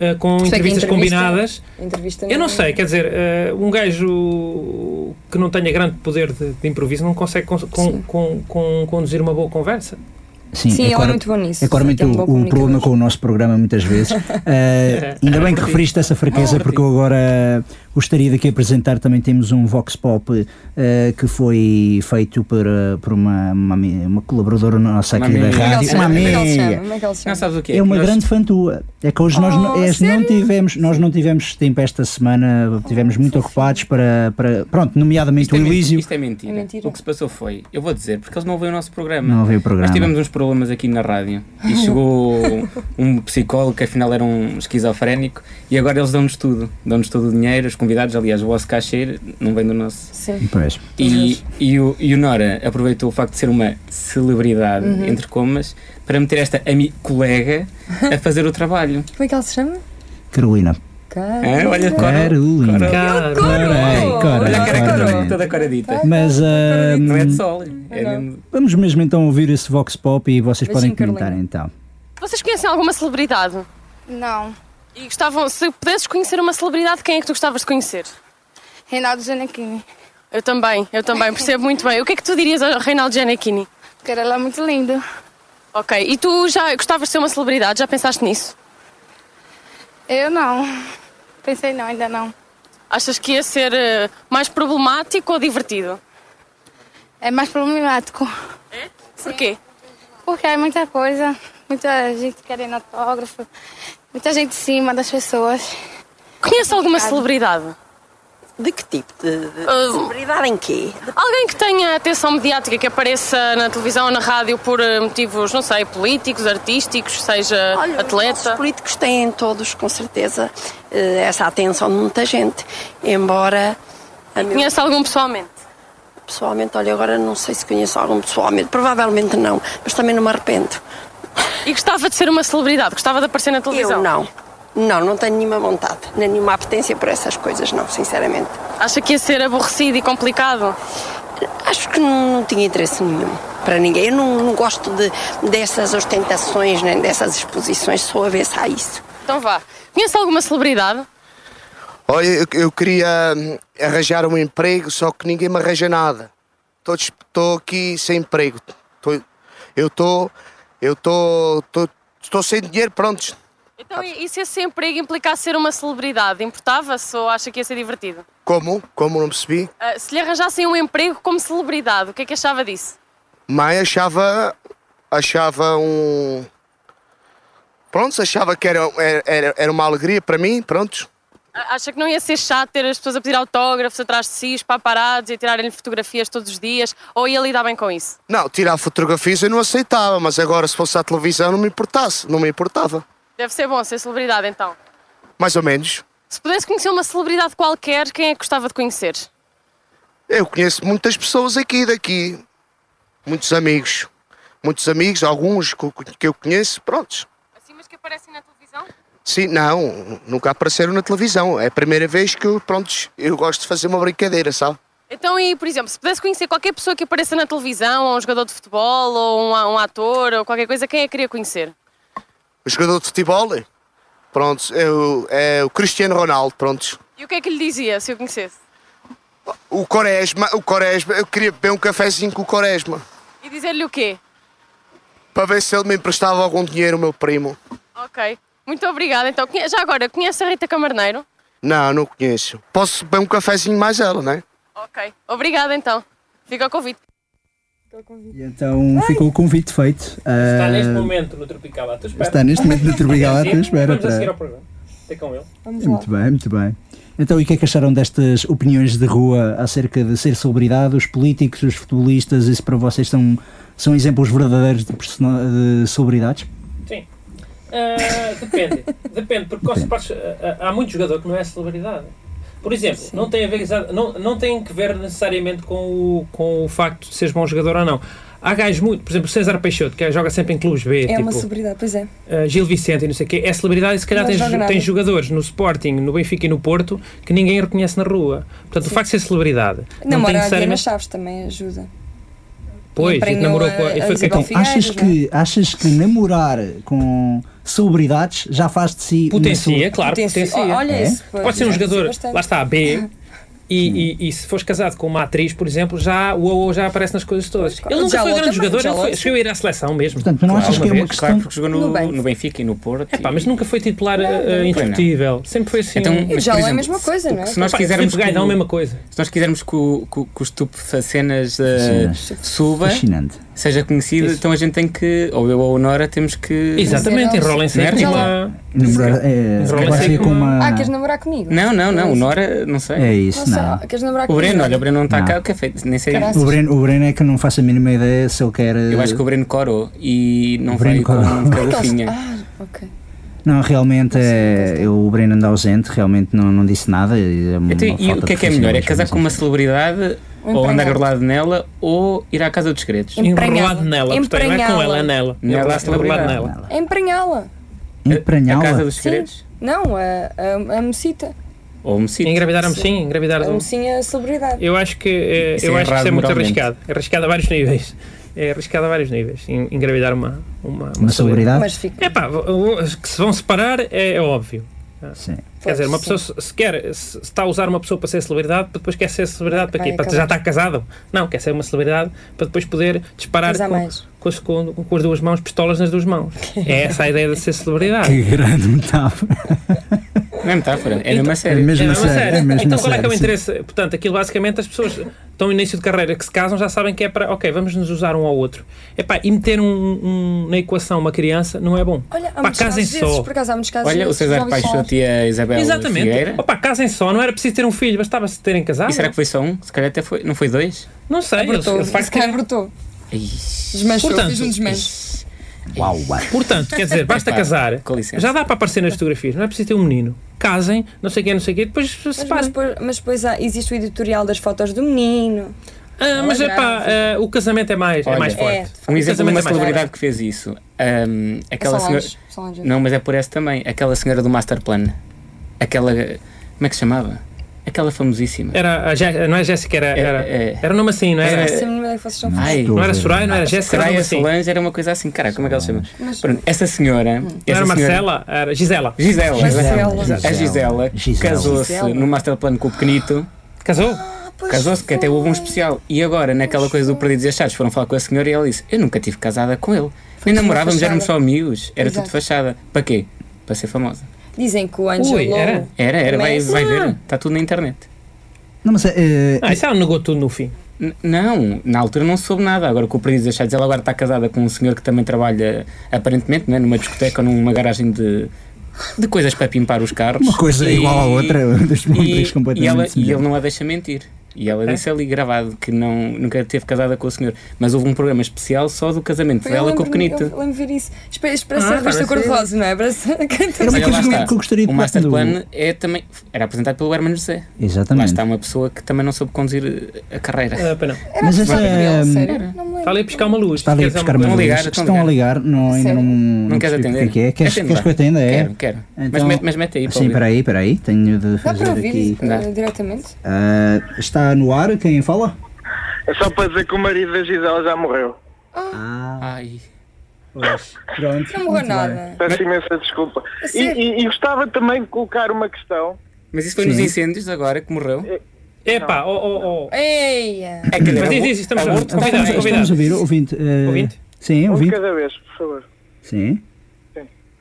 Speaker 6: ah, com
Speaker 5: Isto é que
Speaker 6: entrevistas
Speaker 5: entrevista-
Speaker 6: combinadas
Speaker 5: Entrevista
Speaker 6: eu não sei, quer dizer, eh, um gajo que não tenha grande poder de, de improviso não consegue cons- com-
Speaker 5: Sim.
Speaker 6: com- com- conduzir uma boa conversa.
Speaker 4: Sim,
Speaker 5: Sim,
Speaker 4: é
Speaker 5: ele é
Speaker 4: claro-
Speaker 5: muito bom nisso.
Speaker 4: É claramente
Speaker 5: Sim, é um
Speaker 4: o,
Speaker 5: bom
Speaker 4: o problema
Speaker 5: comunicador.
Speaker 4: com o nosso programa, muitas vezes. Eh, ainda bem que referiste essa fraqueza,
Speaker 3: Ah,
Speaker 4: porque eu agora eh, gostaria de aqui apresentar. Também temos um Vox Pop eh, que foi feito por, eh, por uma, uma, ami- uma colaboradora nossa
Speaker 3: Uma
Speaker 4: aqui da
Speaker 3: amiga.
Speaker 5: Como é que ele
Speaker 4: rádio.
Speaker 5: se
Speaker 4: Uma
Speaker 5: chama? Como é que ele se chama?
Speaker 4: amiga.
Speaker 5: Como é que ele se
Speaker 3: Não
Speaker 5: chama?
Speaker 3: sabes o que
Speaker 4: É uma
Speaker 3: Nós-
Speaker 4: grande fantua. É que hoje nós,
Speaker 5: Oh,
Speaker 4: não- é, não
Speaker 5: sério? Oh,
Speaker 4: tivemos, nós não tivemos tempo esta semana, tivemos muito ocupados para, para pronto, nomeadamente
Speaker 3: Isto
Speaker 4: o
Speaker 3: é, men-
Speaker 4: Elísio.
Speaker 3: isto é mentira.
Speaker 5: É mentira.
Speaker 3: O que se passou foi, eu vou dizer, porque eles não ouvem o nosso programa.
Speaker 4: Não veio o programa.
Speaker 3: Nós tivemos uns problemas aqui na rádio e chegou um psicólogo que afinal era um esquizofrénico e agora eles dão-nos tudo. Dão-nos todo o dinheiro, os convidados, aliás, o vosso cachê não vem do nosso.
Speaker 5: Sim.
Speaker 4: Pois.
Speaker 3: E, e, o, e o Nora aproveitou o facto de ser uma celebridade,
Speaker 5: Uhum.
Speaker 3: entre comas, para meter esta ami colega a fazer o trabalho.
Speaker 5: Como é que ele se chama?
Speaker 4: Carolina.
Speaker 5: Cara.
Speaker 3: É, olha, Cora,
Speaker 4: Carolina.
Speaker 3: Cora.
Speaker 6: Ah,
Speaker 4: Ei, Cora,
Speaker 3: Olha a cara que
Speaker 4: Cora.
Speaker 3: toda- toda coradita.
Speaker 4: Mas ah,
Speaker 3: Não é de sol, é
Speaker 5: Não.
Speaker 3: mesmo-
Speaker 4: vamos mesmo então ouvir esse Vox Pop e vocês podem
Speaker 5: Beijinho,
Speaker 4: comentar
Speaker 5: Carolina.
Speaker 4: então.
Speaker 7: Vocês conhecem alguma celebridade?
Speaker 8: Não,
Speaker 7: E gostavam, se pudesses conhecer uma celebridade, quem é que tu gostavas de conhecer?
Speaker 8: Reinaldo Giannichini,
Speaker 7: Eu também, eu também, percebo muito bem. O que é que tu dirias ao Reinaldo Giannichini?
Speaker 8: porque ele é muito lindo.
Speaker 7: Ok, e tu já gostavas de ser uma celebridade? Já pensaste nisso?
Speaker 8: Eu não. Pensei não, ainda não.
Speaker 7: Achas que ia ser eh, mais problemático ou divertido?
Speaker 8: É mais problemático,
Speaker 7: Porquê?
Speaker 8: porque é muita coisa, muita gente querendo autógrafo, muita gente em cima das pessoas.
Speaker 7: Conhece alguma celebridade?
Speaker 9: De que tipo? De, de
Speaker 7: Ah,
Speaker 9: celebridade em quê?
Speaker 7: Alguém que tenha atenção mediática, que apareça na televisão ou na rádio por eh, motivos, não sei, políticos, artísticos, seja
Speaker 9: Olha, os
Speaker 7: atleta?
Speaker 9: nossos políticos têm todos, com certeza, eh, essa atenção de muita gente. Embora, a meu-
Speaker 7: Conhece algum pessoalmente?
Speaker 9: pessoalmente, olha, agora não sei se conheço algum pessoalmente, provavelmente não, mas também não me arrependo.
Speaker 7: E gostava de ser uma celebridade? Gostava de aparecer na televisão?
Speaker 9: Eu não. Não, não tenho nenhuma vontade, nem nenhuma apetência por essas coisas, não, sinceramente.
Speaker 7: Acha que ia ser aborrecido e complicado?
Speaker 9: Acho que não, não tinha interesse nenhum para ninguém. Eu não, não gosto de, dessas ostentações, nem dessas exposições, sou avessa a isso.
Speaker 7: Então vá. Conhece alguma celebridade?
Speaker 10: Olha, eu, eu queria hum, arranjar um emprego, só que ninguém me arranja nada. Estou aqui sem emprego. Tô- eu estou. Eu estou. Estou sem dinheiro, pronto.
Speaker 7: Então, e e se esse emprego implicasse ser uma celebridade, importava-se ou acha que ia ser divertido?
Speaker 10: Como? Como não percebi?
Speaker 7: Ah, se lhe arranjassem um emprego como celebridade, o que é que achava disso?
Speaker 10: Mãe achava. Achava um. Pronto, achava que era, era- era, era uma alegria para mim, pronto.
Speaker 7: A- Acha que não ia ser chato ter as pessoas a pedir autógrafos atrás de si, os paparazzi, a tirarem-lhe fotografias todos os dias? Ou ia lidar bem com isso?
Speaker 10: Não, tirar fotografias eu não aceitava, mas agora se fosse à televisão não me importasse, não me importava.
Speaker 7: Deve ser bom ser celebridade, então.
Speaker 10: Mais ou menos.
Speaker 7: Se pudesse conhecer uma celebridade qualquer, quem é que gostava de conhecer?
Speaker 10: Eu conheço muitas pessoas aqui e daqui, muitos amigos, muitos amigos, alguns que eu- que eu conheço, prontos.
Speaker 7: Assim, mas que aparecem na televisão?
Speaker 10: Sim, não, nunca apareceram na televisão. É a primeira vez que eu, prontos, eu gosto de fazer uma brincadeira, sabe?
Speaker 7: Então, e por exemplo, se pudesse conhecer qualquer pessoa que apareça na televisão, ou um jogador de futebol, ou um, a- um ator, ou qualquer coisa, quem é que queria conhecer?
Speaker 10: O jogador de futebol, prontos, é o, é o Cristiano Ronaldo, prontos.
Speaker 7: E o que é que lhe dizia se o conhecesse?
Speaker 10: O Quaresma, o Quaresma, eu queria beber um cafezinho com o Quaresma,
Speaker 7: E dizer-lhe o quê?
Speaker 10: para ver se ele me emprestava algum dinheiro, o meu primo.
Speaker 7: Ok. Muito obrigada. Então, conhe- já agora, conhece a Rita Camarneiro?
Speaker 10: Não, não conheço. Posso beber um cafezinho mais ela, não é?
Speaker 7: Ok. Obrigada então. Fica o convite.
Speaker 4: E então ficou o convite feito.
Speaker 6: Está
Speaker 4: Ah,
Speaker 6: neste momento no Tropical à tua espera.
Speaker 4: está neste momento no Tropical à tua
Speaker 6: Vamos
Speaker 4: espera,
Speaker 6: a seguir
Speaker 4: para-
Speaker 6: ao programa. Até com ele.
Speaker 3: é
Speaker 4: Muito bem, muito bem. Então, e o que é que acharam destas opiniões de rua acerca de ser celebridade, os políticos, os futebolistas? Isso para vocês são, são exemplos verdadeiros de, persona- de celebridades?
Speaker 6: Sim. Ah, depende. depende, porque gosto de partes- ah, ah, há muito jogador que não é celebridade. Por exemplo, não tem, a ver, exa- não, não tem que ver necessariamente com o, com o facto de seres bom jogador ou não. Há gajos muito, por exemplo, César Peixoto, que joga sempre em clubes B,
Speaker 5: É
Speaker 6: tipo
Speaker 5: uma celebridade, pois é.
Speaker 6: ah, Gil Vicente e não sei o quê. É celebridade e se calhar
Speaker 5: Não
Speaker 6: tem,
Speaker 5: joga
Speaker 6: jo-
Speaker 5: nada.
Speaker 6: tem jogadores no Sporting, no Benfica e no Porto que ninguém reconhece na rua. Portanto, o facto de ser celebridade não, tem
Speaker 5: Namorar a Diana
Speaker 6: necessariamente.
Speaker 5: Chaves também ajuda.
Speaker 6: Pois, e
Speaker 5: Empreendeu
Speaker 6: namorou
Speaker 5: a-
Speaker 6: com a- e
Speaker 5: a
Speaker 6: foi
Speaker 5: Isabel
Speaker 6: com-
Speaker 4: Então,
Speaker 5: Figueiras,
Speaker 4: achas
Speaker 5: não
Speaker 6: é.
Speaker 4: que, achas que namorar com celebridades já faz de si. uma
Speaker 6: Potencia,
Speaker 4: celebridade?
Speaker 6: claro,
Speaker 5: Tipo, Potencia-
Speaker 6: potencia.
Speaker 5: o- Olha
Speaker 4: É?
Speaker 5: isso. pois,
Speaker 6: Pode ser um
Speaker 5: já dizia
Speaker 6: jogador,
Speaker 5: bastante. Uhum.
Speaker 6: lá está, B. E, e- e se fores casado com uma atriz, por exemplo, já o OO já aparece nas coisas todas.
Speaker 5: claro.
Speaker 6: Ele nunca
Speaker 5: Já
Speaker 6: foi
Speaker 5: o
Speaker 6: grande
Speaker 5: também,
Speaker 6: jogador,
Speaker 5: já
Speaker 6: ele
Speaker 5: o
Speaker 6: foi,
Speaker 5: outro.
Speaker 6: chegou a ir à seleção mesmo.
Speaker 4: Portanto, não achas
Speaker 6: Alguma
Speaker 4: que é uma
Speaker 6: vez?
Speaker 4: questão.
Speaker 3: Claro, porque jogou
Speaker 5: No
Speaker 3: no,
Speaker 5: Benfica.
Speaker 3: no Benfica e no Porto.
Speaker 6: Pá,
Speaker 3: e-
Speaker 6: mas nunca foi titular eh, indiscutível. Sempre foi assim.
Speaker 3: Então,
Speaker 6: um-
Speaker 3: mas,
Speaker 5: já
Speaker 3: por
Speaker 5: lá é a
Speaker 3: exemplo,
Speaker 5: mesma coisa,
Speaker 3: se-
Speaker 5: não é?
Speaker 3: Se nós
Speaker 6: Pá,
Speaker 3: quisermos
Speaker 6: Filipe
Speaker 3: que
Speaker 6: Gaidão, a
Speaker 3: o-
Speaker 6: mesma coisa.
Speaker 3: se nós quisermos que o, que, o- que o estupefacenas eh,
Speaker 4: Fascinante.
Speaker 3: suba,
Speaker 4: Fascinante.
Speaker 3: seja conhecido,
Speaker 6: Isso.
Speaker 3: então a gente tem que, ou eu ou a Nora, temos que.
Speaker 6: Exatamente,
Speaker 5: não.
Speaker 6: enrolem-se aí
Speaker 3: Não é
Speaker 6: com
Speaker 3: ridículo.
Speaker 6: uma-
Speaker 4: Namorar, é,
Speaker 6: Mas
Speaker 4: vai
Speaker 6: parece
Speaker 4: ser
Speaker 6: que
Speaker 4: com uma.
Speaker 5: Ah, queres namorar comigo?
Speaker 3: Não, não, não, o
Speaker 5: Pois.
Speaker 3: Nora, não sei.
Speaker 4: É isso,
Speaker 5: Não
Speaker 4: não.
Speaker 5: sei, queres namorar
Speaker 3: O
Speaker 5: comigo?
Speaker 3: Breno, olha, o Breno não está
Speaker 4: Não.
Speaker 3: cá, o que é feito? Nem sei.
Speaker 5: Caraca.
Speaker 4: O Breno, o Breno é que não faço a mínima ideia se ele quer. eh,
Speaker 3: Eu acho que o Breno corou e não
Speaker 4: O Breno
Speaker 3: veio com
Speaker 4: corou.
Speaker 5: é
Speaker 3: um cadufinha.
Speaker 5: Ah, ok.
Speaker 4: Não, realmente é. Eu, o Breno anda ausente, realmente não, não disse nada. e é uma
Speaker 3: Então, e
Speaker 4: falta
Speaker 3: o que é
Speaker 4: de
Speaker 3: que é melhor? É
Speaker 4: profissionalismo,
Speaker 3: casar com uma celebridade
Speaker 5: Ou
Speaker 3: ou andar
Speaker 5: empregada.
Speaker 3: enrolado nela ou ir à casa dos segredos?
Speaker 4: Um
Speaker 5: Emprenhá-la.
Speaker 6: enrolado nela. Portanto, não é com ela, é
Speaker 5: Emprenhá-la.
Speaker 6: nela.
Speaker 3: Nela,
Speaker 6: Enrolado-
Speaker 3: celebridade.
Speaker 6: enrolado nela.
Speaker 5: É emprenhá-la.
Speaker 3: A casa
Speaker 4: Empranhá-la.
Speaker 3: dos segredos?
Speaker 5: Não, a, a, a mocita.
Speaker 3: Ou um sítio?
Speaker 6: Engravidar a mocinha, engravidar
Speaker 5: A
Speaker 6: a
Speaker 5: mocinha é a celebridade.
Speaker 6: Eu acho que eh,
Speaker 3: Isso
Speaker 6: eu
Speaker 3: é
Speaker 6: acho que isso é
Speaker 3: errado
Speaker 6: muito
Speaker 3: moralmente.
Speaker 6: arriscado. É arriscado a vários níveis. É arriscado a vários níveis. en- Engravidar uma uma,
Speaker 4: Uma celebridade?
Speaker 5: Mas fica.
Speaker 6: É pá, que se vão separar é, é óbvio.
Speaker 4: Sim.
Speaker 6: Quer
Speaker 5: Pois,
Speaker 6: dizer, uma
Speaker 5: sim.
Speaker 6: pessoa se se quer se se está a usar uma pessoa para ser celebridade, para depois quer ser celebridade para quê?
Speaker 5: Vai
Speaker 6: Para já estar casado? Não, quer ser uma celebridade para depois poder disparar
Speaker 5: Mas há
Speaker 6: com,
Speaker 5: mais.
Speaker 6: com, as- com- com as duas mãos, pistolas nas duas mãos. É essa a ideia de ser celebridade.
Speaker 4: Que grande metáfora.
Speaker 3: Não é metáfora, é
Speaker 6: Então-
Speaker 3: mesmo a
Speaker 4: É
Speaker 3: sério.
Speaker 6: É
Speaker 4: mesmo a
Speaker 6: mesmo a
Speaker 4: sério.
Speaker 6: sério.
Speaker 4: É mesmo a
Speaker 6: Então qual é que é
Speaker 4: sério.
Speaker 6: o
Speaker 4: sim.
Speaker 6: interesse? Portanto, aquilo basicamente as pessoas estão no início de carreira que se casam já sabem que é para, ok, vamos nos usar um ao outro. Epá, e meter um, um- na equação uma criança não é bom.
Speaker 5: Olha, há
Speaker 6: Pá,
Speaker 5: muitos
Speaker 6: casem
Speaker 5: casos desses,
Speaker 6: só.
Speaker 5: por acaso há muitos casos
Speaker 3: Olha, o
Speaker 5: desses, já
Speaker 3: César
Speaker 5: ouvi falar.
Speaker 3: Paixoto e a Isabel
Speaker 6: Exatamente.
Speaker 3: Figueira.
Speaker 6: Opa, casem só, não era preciso ter um filho, bastava-se terem casado.
Speaker 3: E será que foi só um? Se calhar até foi. Não foi dois?
Speaker 6: Não sei, eles,
Speaker 5: Abortou.
Speaker 6: eles de
Speaker 5: Esse
Speaker 6: facto,
Speaker 5: cara abortou.
Speaker 3: Ixi.
Speaker 5: Desmanchou,
Speaker 6: Portanto,
Speaker 5: fez um desmanche.
Speaker 4: Uau, uau.
Speaker 6: Portanto, quer dizer, basta
Speaker 3: Epá,
Speaker 6: casar.
Speaker 3: com licença.
Speaker 6: Já dá para aparecer nas fotografias, não é preciso ter um menino. Casem, não sei o quê, não sei o quê, depois
Speaker 5: Mas, mas,
Speaker 6: separem.
Speaker 5: depois- mas depois há- existe o editorial das fotos do menino.
Speaker 6: Ah,
Speaker 5: não
Speaker 6: mas
Speaker 5: é
Speaker 6: é pá, o casamento é mais, é
Speaker 3: Olha,
Speaker 6: mais
Speaker 3: é,
Speaker 6: forte.
Speaker 3: Um
Speaker 5: de
Speaker 6: O
Speaker 3: exemplo de
Speaker 6: casamento
Speaker 3: uma
Speaker 6: é mais
Speaker 3: celebridade que fez isso. Ahm,
Speaker 5: É
Speaker 3: aquela senhora.
Speaker 5: Solange. Solange.
Speaker 3: Não, mas é por essa também. Aquela senhora do Masterplan. Aquela. Como é que se chamava? Aquela famosíssima.
Speaker 6: Era a Jé- não é Jéssica, era,
Speaker 3: É,
Speaker 6: era,
Speaker 3: é.
Speaker 6: era o nome assim, não
Speaker 3: Era-
Speaker 6: era?
Speaker 5: Essa menina é que vocês estão
Speaker 3: Ai,
Speaker 4: Estou
Speaker 6: Não
Speaker 4: a
Speaker 6: era
Speaker 4: ver.
Speaker 6: Soraya, não era Jéssica, era o nome
Speaker 3: Soraya
Speaker 6: assim.
Speaker 3: Solange era uma coisa assim. Caraca, como é que ela se chama?
Speaker 5: Mas-
Speaker 3: Pronto, essa senhora.
Speaker 6: Não
Speaker 3: essa
Speaker 6: era
Speaker 3: senhora-
Speaker 6: Marcela, era Gisela.
Speaker 3: Gisela.
Speaker 5: Gisela.
Speaker 3: A Gisela,
Speaker 4: Gisela.
Speaker 3: casou-se
Speaker 5: Gisela.
Speaker 3: no Masterplan com o Pequenito.
Speaker 6: Casou?
Speaker 5: Ah, pois
Speaker 3: Casou-se, que até houve um especial. E agora, naquela coisa do Perdidos e Achados, foram falar com a senhora e ela disse: Eu nunca tive casada com ele.
Speaker 5: Foi
Speaker 3: Nem
Speaker 5: tudo
Speaker 3: namorávamos,
Speaker 5: fachada.
Speaker 3: éramos só amigos. Era
Speaker 5: Exato.
Speaker 3: tudo fachada. Para quê? Para ser famosa.
Speaker 5: Dizem que o Angelo
Speaker 6: Ui, era?
Speaker 3: Era, era, vai,
Speaker 5: Mas-
Speaker 3: vai ver. Está tudo na internet.
Speaker 4: Não, mas é,
Speaker 6: Ah, isso ela negou tudo no fim.
Speaker 3: N- não, na altura não soube nada. Agora, com o Perdidos e Achados, ela agora está casada com um senhor que também trabalha, aparentemente, né, numa discoteca ou numa garagem de, de coisas para pimpar os carros.
Speaker 4: Uma coisa igual à outra, dois mundos
Speaker 3: E, e,
Speaker 4: completamente
Speaker 3: ela, e ele
Speaker 4: semelhantes.
Speaker 3: não a deixa mentir. E ela disse ali gravado que não, nunca teve casada com o senhor. Mas houve um programa especial só do casamento
Speaker 5: Foi, eu
Speaker 3: dela com o
Speaker 5: lembro-me-
Speaker 3: pequenito.
Speaker 5: Eu lembro de ver isso. Espera, espera
Speaker 6: Ah,
Speaker 5: ser a
Speaker 6: parece-
Speaker 5: revista cor-de-rosa, não é? Para ser...
Speaker 4: Era uma
Speaker 3: Olha, lá
Speaker 4: coisa
Speaker 3: está.
Speaker 4: é que eu gostaria de
Speaker 3: O
Speaker 4: pôr quando-
Speaker 3: Masterplan é também, era apresentado pelo Herman José. Lá
Speaker 4: Exatamente.
Speaker 3: está uma pessoa que também não soube conduzir a carreira.
Speaker 6: Ah, pá, não.
Speaker 4: Mas essa
Speaker 5: Era
Speaker 4: hum,
Speaker 5: sério? Não me
Speaker 6: Está ali a
Speaker 5: lembro.
Speaker 6: piscar uma luz.
Speaker 4: Está ali a
Speaker 6: Queres
Speaker 4: buscar
Speaker 6: alguma
Speaker 4: uma
Speaker 3: Estão a
Speaker 4: luz.
Speaker 3: ligar,
Speaker 4: Estão,
Speaker 3: estão
Speaker 4: a
Speaker 3: a
Speaker 4: ligar, não, ainda
Speaker 5: Sério?
Speaker 4: não,
Speaker 3: Não queres
Speaker 4: percebi
Speaker 3: atender?
Speaker 4: O que é? Queres,
Speaker 3: Atende
Speaker 4: queres
Speaker 3: lá.
Speaker 4: que eu atenda? É.
Speaker 3: Quero, quero. mas,
Speaker 4: Então-
Speaker 3: mete, mas mete aí. para
Speaker 4: Sim,
Speaker 3: ouvir.
Speaker 4: peraí, peraí, tenho de
Speaker 5: Dá
Speaker 4: fazer
Speaker 5: para ouvir
Speaker 4: aqui.
Speaker 5: eh,
Speaker 3: Dá.
Speaker 5: diretamente?
Speaker 4: Ah, está no ar quem fala?
Speaker 11: É só para dizer que o marido da Gisela já morreu.
Speaker 4: Ah,
Speaker 3: Ai.
Speaker 4: pois. Pronto.
Speaker 5: Não morreu
Speaker 4: muito bem.
Speaker 5: nada.
Speaker 11: Peço imensa desculpa.
Speaker 5: É
Speaker 11: E,
Speaker 5: sério?
Speaker 11: e- e gostava também de colocar uma questão. um
Speaker 3: Mas isso foi
Speaker 4: Sim.
Speaker 3: nos incêndios agora que morreu.
Speaker 6: É pá, ó, ó, ó.
Speaker 5: Eia!
Speaker 3: É que
Speaker 6: Mas diz, diz, estamos
Speaker 3: aborto
Speaker 6: juntos.
Speaker 4: Então,
Speaker 6: Convidado,
Speaker 4: estamos,
Speaker 6: convidado.
Speaker 4: estamos a ouvir, ouvinte. eh,
Speaker 6: Ouvinte?
Speaker 4: Sim,
Speaker 11: Um de
Speaker 4: ouvinte.
Speaker 11: cada vez, por favor.
Speaker 4: Sim.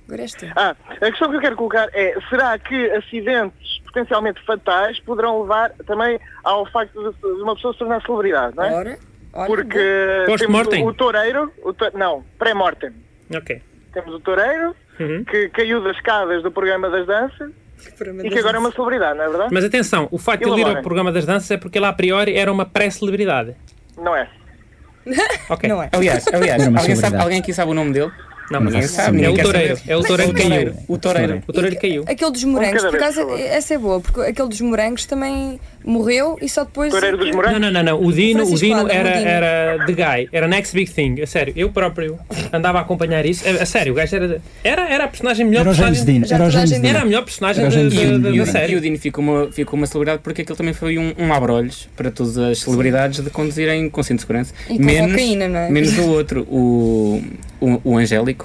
Speaker 5: Agora é és tu.
Speaker 11: Ah, a questão que eu quero colocar é, será que acidentes potencialmente fatais poderão levar também ao facto de, de uma pessoa se tornar celebridade, não é?
Speaker 5: Ora, ora.
Speaker 11: Porque temos
Speaker 6: Post-mortem.
Speaker 11: o, o toureiro, o to- não, pré-mortem.
Speaker 6: Ok.
Speaker 11: Temos o toureiro,
Speaker 6: Uhum.
Speaker 11: que caiu das escadas do programa das danças e que agora é uma celebridade, não é verdade?
Speaker 6: Mas atenção, o facto de ele ir ao
Speaker 11: Elabora.
Speaker 6: programa das danças é porque ele a priori era uma pré-celebridade.
Speaker 11: Não é?
Speaker 6: Ok.
Speaker 5: Não é.
Speaker 3: Aliás, aliás,
Speaker 4: Era
Speaker 3: alguém,
Speaker 4: uma
Speaker 3: sabe,
Speaker 4: celebridade.
Speaker 3: alguém aqui sabe o nome dele?
Speaker 6: Não,
Speaker 3: Ninguém
Speaker 6: mas
Speaker 3: sabe,
Speaker 6: é
Speaker 3: ninguém
Speaker 6: o
Speaker 3: quer
Speaker 6: toureiro.
Speaker 3: saber.
Speaker 6: É o toureiro que caiu.
Speaker 3: O toureiro.
Speaker 6: O toureiro caiu.
Speaker 5: Aquele dos morangos,
Speaker 11: cada
Speaker 5: por
Speaker 11: vez,
Speaker 5: acaso,
Speaker 11: por favor.
Speaker 5: essa é boa, porque aquele dos morangos também morreu e só depois. é
Speaker 11: Toureiro dos Morangos?
Speaker 6: Não, não, não, não. O Dino, o
Speaker 5: Francisco
Speaker 6: Dino
Speaker 5: Lado,
Speaker 6: era,
Speaker 5: o Dino.
Speaker 6: era the guy, era next big thing. A sério, eu próprio andava a acompanhar isso. A, a sério, o gajo era, era, era a personagem melhor
Speaker 4: Era o James
Speaker 6: personagem.
Speaker 4: Dean.
Speaker 5: Já
Speaker 4: Era o
Speaker 5: toda a
Speaker 4: James
Speaker 5: gente-
Speaker 6: Era a
Speaker 4: Dean.
Speaker 6: melhor personagem
Speaker 4: Era o
Speaker 6: da,
Speaker 4: James
Speaker 6: da,
Speaker 4: Dean,
Speaker 6: da,
Speaker 4: e o
Speaker 6: da
Speaker 4: Dino.
Speaker 3: E o
Speaker 6: série.
Speaker 3: Dino ficou uma, ficou uma celebridade porque aquilo também foi um, um abrolhos para todas as celebridades de conduzirem com cinto de segurança.
Speaker 5: E com cocaína, não é?
Speaker 3: menos o outro, o, o, o Angélico.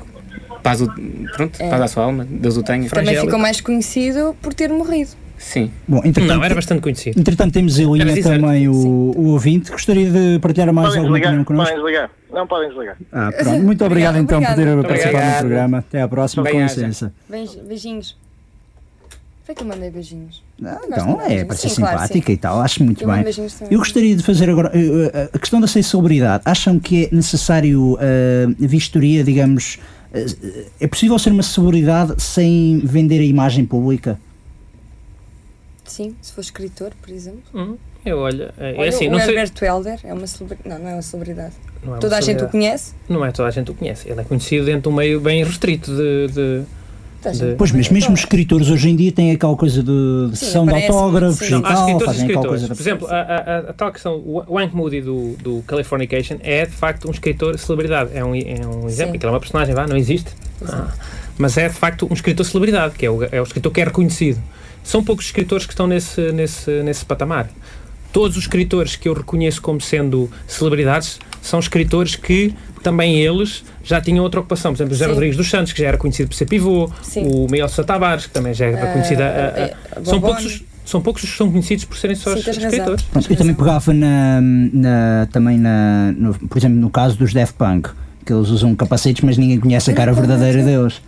Speaker 3: Paz, o, pronto,
Speaker 5: É.
Speaker 3: paz à sua alma, Deus o tenha.
Speaker 5: Também
Speaker 6: Angélica.
Speaker 5: ficou mais conhecido por ter morrido.
Speaker 3: Sim.
Speaker 4: Bom, entretanto,
Speaker 6: Não, era bastante conhecido.
Speaker 4: entretanto temos em
Speaker 6: Era
Speaker 4: linha
Speaker 6: deserto.
Speaker 4: também o, o ouvinte. Gostaria de partilhar mais
Speaker 11: Podem
Speaker 4: alguma
Speaker 11: desligar,
Speaker 4: opinião
Speaker 11: podem
Speaker 4: connosco?
Speaker 11: desligar. Não podem desligar.
Speaker 4: Ah, pronto. Muito obrigado então por
Speaker 5: Obrigada.
Speaker 4: ter participado
Speaker 3: Obrigado.
Speaker 4: no programa. Até à próxima, com
Speaker 3: Bem-aja.
Speaker 4: licença.
Speaker 5: Beij- Beijinhos. Foi que eu mandei beijinhos.
Speaker 4: Ah,
Speaker 5: gosto
Speaker 4: então,
Speaker 5: de
Speaker 4: é,
Speaker 5: beijinhos.
Speaker 4: para ser
Speaker 5: Sim, claro,
Speaker 4: simpática e tal, acho muito
Speaker 5: Eu
Speaker 4: bem.
Speaker 5: mando beijinhos também.
Speaker 4: Eu gostaria de fazer agora eh, eh, a questão da sensibilidade. Acham que é necessário eh, vistoria, digamos? eh, é possível ser uma celebridade sem vender a imagem pública?
Speaker 5: Sim, se for escritor, por exemplo.
Speaker 6: Hum, eu olho. É, é
Speaker 5: Olha,
Speaker 6: assim,
Speaker 5: o
Speaker 6: não sei.
Speaker 5: Herberto Helder é uma celebridade. Não, não é uma celebridade.
Speaker 6: não é uma
Speaker 5: Toda a gente o
Speaker 6: celebridade.
Speaker 5: conhece.
Speaker 6: Não é toda a gente o conhece. Ele é conhecido dentro de um meio bem restrito de. de-
Speaker 5: Toda a
Speaker 6: De-
Speaker 5: gente
Speaker 4: Pois, mas
Speaker 5: conhece.
Speaker 4: mesmo os escritores hoje em dia têm aquela coisa de, de
Speaker 5: Sim,
Speaker 4: sessão de
Speaker 5: aparece,
Speaker 4: autógrafos
Speaker 5: sim. Então,
Speaker 4: e
Speaker 5: Não,
Speaker 6: Há
Speaker 4: tal,
Speaker 6: escritores e
Speaker 4: fazem aquela coisa.
Speaker 6: escritores.
Speaker 4: da-
Speaker 6: Por exemplo, a, a, a, a tal questão, o Hank Moody do, do Californication é de facto um escritor celebridade. É um, é um exemplo,
Speaker 5: Sim.
Speaker 6: aquilo é uma personagem, vá, não existe. Ah, mas é de facto um escritor celebridade, que é o, é o escritor que é reconhecido. São poucos escritores que estão nesse, nesse, nesse patamar. Todos os escritores que eu reconheço como sendo celebridades são escritores que também eles já tinham outra ocupação. Por exemplo, o José
Speaker 5: Sim.
Speaker 6: Rodrigues dos Santos, que já era conhecido por ser pivô,
Speaker 5: Sim.
Speaker 6: o Miguel Sousa Tavares, que também já é era
Speaker 5: Ah,
Speaker 6: conhecido. a- a- a-
Speaker 5: eh,
Speaker 6: são
Speaker 5: Bobone.
Speaker 6: poucos os- são poucos os que são conhecidos por serem só
Speaker 5: Sim,
Speaker 6: os
Speaker 5: tens razão.
Speaker 6: escritores.
Speaker 4: Pronto, eu também pegava na, na- também na, no- por exemplo, no caso dos Daft Punk, que eles usam capacetes, mas ninguém conhece a cara verdadeira deles.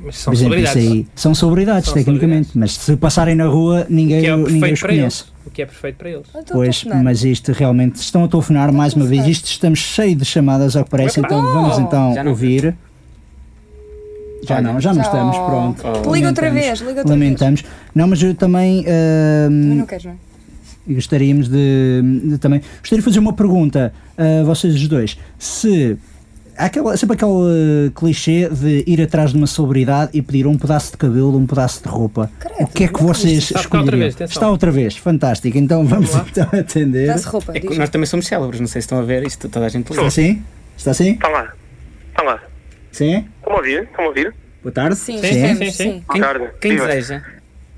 Speaker 6: Mas são
Speaker 4: Por exemplo, é, isso
Speaker 6: celebridades.
Speaker 4: aí são celebridades,
Speaker 6: São
Speaker 4: tecnicamente, mas se passarem na rua, ninguém,
Speaker 6: Que é o
Speaker 4: ninguém os
Speaker 6: perfeito para
Speaker 4: conhece.
Speaker 6: eles. O que é perfeito para eles.
Speaker 5: Eu estou a
Speaker 4: Pois,
Speaker 5: telefonar.
Speaker 4: mas isto realmente estão a telefonar mais uma vez.
Speaker 5: telefonar.
Speaker 4: Isto estamos cheio de chamadas ao que parece, então vamos então
Speaker 3: Já não.
Speaker 4: ouvir. Já não, já não
Speaker 5: Já.
Speaker 4: estamos, pronto.
Speaker 3: Oh.
Speaker 5: Liga outra
Speaker 4: Lamentamos.
Speaker 5: vez, liga outra
Speaker 4: Lamentamos. Não, mas eu também hum,
Speaker 5: vez.
Speaker 4: ahm,
Speaker 5: Não queres, não é?
Speaker 4: gostaríamos de, de também gostaria de fazer uma pergunta a vocês os dois. Se há aquela, sempre aquele eh, clichê de ir atrás de uma celebridade e pedir um pedaço de cabelo, um pedaço de roupa.
Speaker 5: Credo,
Speaker 4: o que é que
Speaker 5: nunca vi
Speaker 4: vocês
Speaker 5: isto.
Speaker 6: Está a tocar outra
Speaker 4: escolheriam?
Speaker 6: vez, atenção.
Speaker 4: Está outra vez, fantástico. Então vamos,
Speaker 6: Vamos
Speaker 4: então atender.
Speaker 5: Dá-se roupa.
Speaker 3: É que
Speaker 5: diz.
Speaker 3: nós também somos célebres, não sei se estão a ver isto, toda a gente
Speaker 4: Está
Speaker 3: liga.
Speaker 4: sim? Está sim?
Speaker 11: Está Tá lá. Está lá.
Speaker 4: Sim?
Speaker 11: Estão a ouvir? Estão a ouvir?
Speaker 4: Boa tarde.
Speaker 5: Sim,
Speaker 6: Sim,
Speaker 5: sim,
Speaker 6: sim,
Speaker 5: sim.
Speaker 6: sim.
Speaker 3: Quem,
Speaker 11: Ricardo,
Speaker 3: quem
Speaker 11: viva.
Speaker 3: deseja?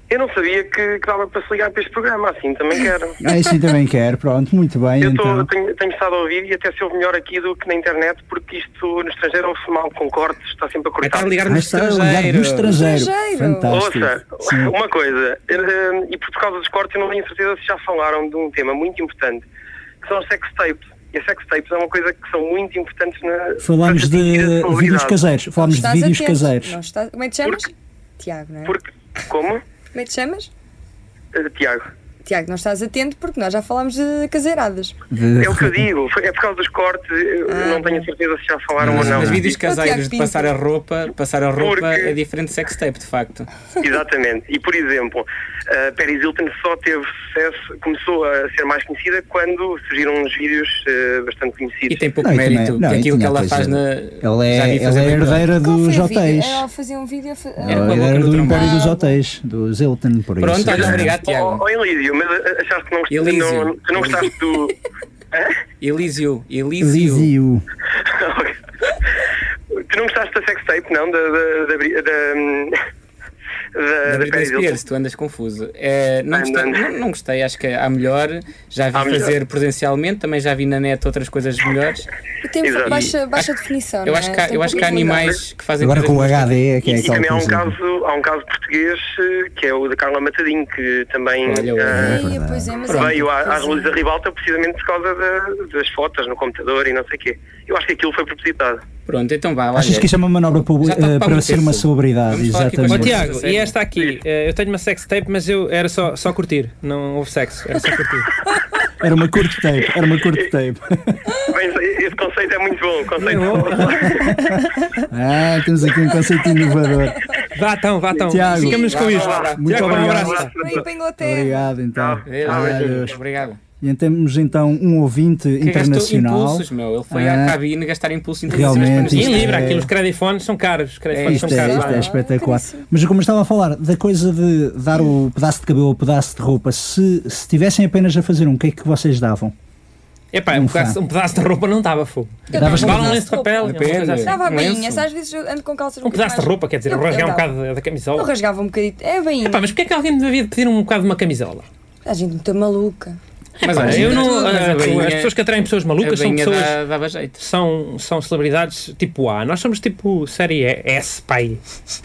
Speaker 11: Eu não sabia que, que dava para se ligar para este programa, assim também quero.
Speaker 4: Ah, isso eu também quero, pronto, muito bem.
Speaker 11: Eu tô-
Speaker 4: então.
Speaker 11: tenho, tenho estado a ouvir e até se ouve melhor aqui do que na internet, porque isto no estrangeiro ouve-se mal com cortes, está sempre a
Speaker 3: Até
Speaker 11: cortar.
Speaker 3: ligar no
Speaker 4: Ah, está a ligar
Speaker 3: estrangeiro.
Speaker 4: do estrangeiro.
Speaker 5: Estrangeiro.
Speaker 4: Fantástico.
Speaker 11: Ouça,
Speaker 4: Sim.
Speaker 11: uma coisa, eh, e por causa dos cortes eu não tenho certeza se já falaram de um tema muito importante, que são os sex tapes. E as sex tapes é uma coisa que são muito importantes na.
Speaker 4: Falámos
Speaker 11: para
Speaker 4: de
Speaker 11: atingir a
Speaker 4: vídeos
Speaker 11: celebridade.
Speaker 4: caseiros. Falámos de
Speaker 5: Estás
Speaker 4: vídeos
Speaker 5: atento.
Speaker 4: caseiros.
Speaker 5: Não estás- Como é que te chamas? Tiago, não é?
Speaker 11: Porque, como?
Speaker 5: Como é que te chamas?
Speaker 11: Eh, Tiago.
Speaker 5: Tiago, não estás atento porque nós já falámos de caseiradas.
Speaker 11: É o que eu digo, foi- é por causa dos cortes, eu não tenho certeza se já falaram ou
Speaker 3: Ah, Mas,
Speaker 11: não.
Speaker 3: mas vídeos
Speaker 11: casais
Speaker 3: caseiros de passar a roupa, passar a roupa
Speaker 11: Porque-
Speaker 3: é diferente de sextape, de facto.
Speaker 11: Exatamente. E, por exemplo, a Paris Hilton só teve sucesso, começou a ser mais conhecida quando surgiram uns vídeos eh, bastante conhecidos.
Speaker 3: E tem pouco
Speaker 4: Não, e também-
Speaker 3: mérito,
Speaker 4: não,
Speaker 3: que
Speaker 4: e
Speaker 3: aquilo que
Speaker 4: tinha
Speaker 3: ela
Speaker 4: coisa-
Speaker 3: faz na.
Speaker 4: Ela
Speaker 3: já
Speaker 4: é,
Speaker 3: vi
Speaker 4: ela
Speaker 3: fazer
Speaker 4: é
Speaker 3: muito bem.
Speaker 4: herdeira dos hotéis.
Speaker 5: Ela fazia um vídeo. a fa-
Speaker 4: Ela é
Speaker 3: boca
Speaker 4: herdeira
Speaker 3: no
Speaker 4: do
Speaker 3: trambolho.
Speaker 4: Império dos Hotéis, do Zilton, por isso.
Speaker 3: Pronto, olha, obrigado, Tiago.
Speaker 11: Oh, Elísio, mas eh, achaste que não, gost-
Speaker 3: Elísio.
Speaker 11: não, que não gostaste do.
Speaker 3: Elísio, Elísio.
Speaker 4: Zizio.
Speaker 11: Tu não gostaste da sextape, não? Da. da, da, Bri- da, hum, da-
Speaker 3: Da
Speaker 11: da
Speaker 3: Britney
Speaker 11: Paris Hilton.
Speaker 3: Spears, tu andas confuso. É, não,
Speaker 11: Ando,
Speaker 3: gostei,
Speaker 11: ando.
Speaker 3: não, não gostei, acho que há melhor. Já vi
Speaker 11: Há melhor.
Speaker 3: fazer presencialmente, também já vi na net outras coisas melhores.
Speaker 5: O tempo
Speaker 11: Exato.
Speaker 5: baixa, baixa definição.
Speaker 3: Eu
Speaker 5: não
Speaker 3: acho
Speaker 5: é?
Speaker 3: que há, eu
Speaker 5: Tem
Speaker 3: acho que há
Speaker 5: pouca
Speaker 3: animais que fazem
Speaker 4: Agora
Speaker 3: coisas
Speaker 4: com o
Speaker 3: muito-
Speaker 4: HD, que é
Speaker 11: E
Speaker 4: aquela
Speaker 11: também há um,
Speaker 4: coisa.
Speaker 11: caso, há um caso português eh, que é o da Carla Matadinho, que também
Speaker 3: Olha, olha.
Speaker 11: ah,
Speaker 5: qualidade. Ia, pois é, mas é-
Speaker 11: veio à- às
Speaker 5: pois
Speaker 11: luzes da ribalta precisamente por causa da- das fotos no computador e não sei o quê. Eu acho que aquilo foi propositado.
Speaker 3: Pronto, então vá.
Speaker 4: Achas
Speaker 3: olha.
Speaker 4: que isso é uma manobra publi-
Speaker 3: Já está
Speaker 4: eh,
Speaker 3: para
Speaker 4: para
Speaker 3: meter
Speaker 4: ser uma
Speaker 3: fogo.
Speaker 4: celebridade?
Speaker 3: Vamos falar aqui com a
Speaker 6: Ó
Speaker 4: Exatamente.
Speaker 3: gente.
Speaker 6: Tiago, e esta aqui, eh, eu tenho uma sex tape, mas eu era só, só curtir, não houve sexo, era só curtir.
Speaker 4: Era uma curta tape, era uma curta tape.
Speaker 11: Bem, esse conceito é muito bom. o Conceito
Speaker 4: Ah, temos aqui um conceito inovador.
Speaker 6: Vá então, vá então,
Speaker 4: Tiago,
Speaker 6: ficamos com
Speaker 3: vá,
Speaker 6: isto.
Speaker 3: vá, vá.
Speaker 4: Muito
Speaker 6: Tiago, um
Speaker 4: obrigado.
Speaker 6: abraço.
Speaker 5: Foi aí para a Inglaterra.
Speaker 4: Obrigado, então.
Speaker 3: Adeus,
Speaker 4: Adeus.
Speaker 3: Obrigado.
Speaker 4: E temos então um ouvinte
Speaker 3: Que gastou
Speaker 4: internacional.
Speaker 3: impulsos, meu. Ele foi à
Speaker 4: Ah.
Speaker 3: cabine gastar impulsos internacionais
Speaker 4: Realmente,
Speaker 3: para
Speaker 6: Em
Speaker 3: nos
Speaker 4: Isto
Speaker 6: Libra,
Speaker 4: é-
Speaker 6: aqui os credifones são caros, os credifones
Speaker 4: Isto
Speaker 6: são
Speaker 4: é,
Speaker 6: caros.
Speaker 4: isto é
Speaker 6: vá.
Speaker 4: espetacular.
Speaker 5: caríssimo.
Speaker 4: Mas como eu estava a falar da coisa de dar o pedaço de cabelo ou o pedaço de roupa, se, se tivessem apenas a fazer um, o que é que vocês davam?
Speaker 6: Epá, um
Speaker 4: Um
Speaker 6: pedaço,
Speaker 4: fã.
Speaker 6: um pedaço de roupa não dava fogo.
Speaker 5: Eu
Speaker 4: Davas
Speaker 5: dava
Speaker 4: um
Speaker 6: Bala um lenço de papel,
Speaker 5: roupa.
Speaker 6: uma coisa assim.
Speaker 5: Dava
Speaker 3: Um lenço.
Speaker 5: bainhas, às vezes eu ando com calças
Speaker 6: um pedaço de roupa, quer dizer, eu rasgar um
Speaker 5: dava.
Speaker 6: bocado da- da
Speaker 5: Eu
Speaker 6: camisola.
Speaker 5: rasgava um bocadinho. É bainha.
Speaker 6: Epá, mas porquê é que alguém me devia pedir um bocado de uma camisola?
Speaker 5: A gente muito maluca.
Speaker 3: Mas
Speaker 6: Pá,
Speaker 3: olha,
Speaker 6: eu não,
Speaker 3: mas a
Speaker 6: ah,
Speaker 3: bainha-
Speaker 6: as pessoas que atraem pessoas
Speaker 3: A
Speaker 6: malucas são
Speaker 3: bainha
Speaker 6: pessoas
Speaker 3: dá- dava jeito.
Speaker 6: são, são celebridades tipo A. Nós somos tipo série S, pai.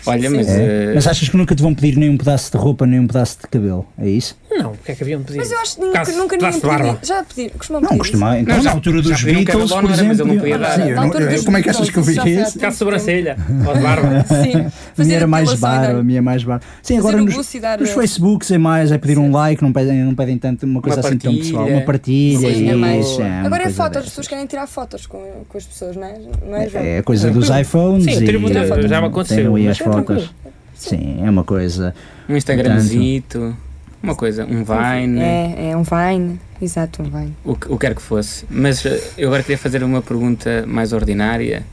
Speaker 3: Olha, mas.
Speaker 6: É.
Speaker 3: eh,
Speaker 4: Mas achas que nunca te vão pedir nem um pedaço de roupa, nem um pedaço de cabelo? É isso?
Speaker 6: Não, porque é que haviam pedido?
Speaker 5: Mas eu acho que nunca,
Speaker 6: Caso-
Speaker 5: nunca
Speaker 6: pedaço
Speaker 5: ninguém
Speaker 6: de barba.
Speaker 5: pediu. Já pedi, costumam
Speaker 4: Não,
Speaker 5: pedir.
Speaker 4: costuma. Então,
Speaker 3: Não, já-
Speaker 4: na altura
Speaker 3: já
Speaker 4: dos
Speaker 3: pediram um
Speaker 4: Beatles,
Speaker 3: cabelo
Speaker 4: por
Speaker 3: na hora, mas ele
Speaker 4: exemplo.
Speaker 3: não podia dar.
Speaker 4: eu
Speaker 5: Na
Speaker 4: não-
Speaker 5: altura
Speaker 4: eu-
Speaker 5: dos
Speaker 4: como é que achas que eu
Speaker 5: Beatles,
Speaker 4: vi
Speaker 5: já
Speaker 4: isso?
Speaker 5: foi há
Speaker 6: Caso de sobrancelha, ou de barba.
Speaker 5: Sim.
Speaker 4: A minha
Speaker 5: Fazer
Speaker 4: era mais
Speaker 5: depilação,
Speaker 4: barba, a
Speaker 5: não é?
Speaker 4: minha é mais barba. Sim,
Speaker 5: Fazer
Speaker 4: agora
Speaker 5: o
Speaker 4: nos,
Speaker 5: buço e dar-
Speaker 4: nos Facebooks é mais, é pedir um like, não pedem, não pedem tanto uma coisa assim tão
Speaker 3: partilha.
Speaker 4: pessoal. Uma partilha,
Speaker 5: Sim, é mais.
Speaker 4: isso. uma
Speaker 5: Agora é
Speaker 4: coisa
Speaker 5: fotos, as
Speaker 4: dessas.
Speaker 5: pessoas querem tirar fotos com, com as pessoas, não é? Não é, João?
Speaker 4: É a coisa dos iPhones
Speaker 6: Sim, eu
Speaker 4: e
Speaker 6: tiro
Speaker 3: é
Speaker 6: muita foto, já me aconteceu,
Speaker 4: tiram aí
Speaker 6: mas
Speaker 4: as
Speaker 6: é
Speaker 4: fotos. Sim, é uma coisa.
Speaker 3: Um Instagramzito, uma coisa, um Vine,
Speaker 5: É, é um Vine. Exato, um Vine.
Speaker 3: o, que, o que quer que fosse. Mas eh, eu agora queria fazer uma pergunta mais ordinária.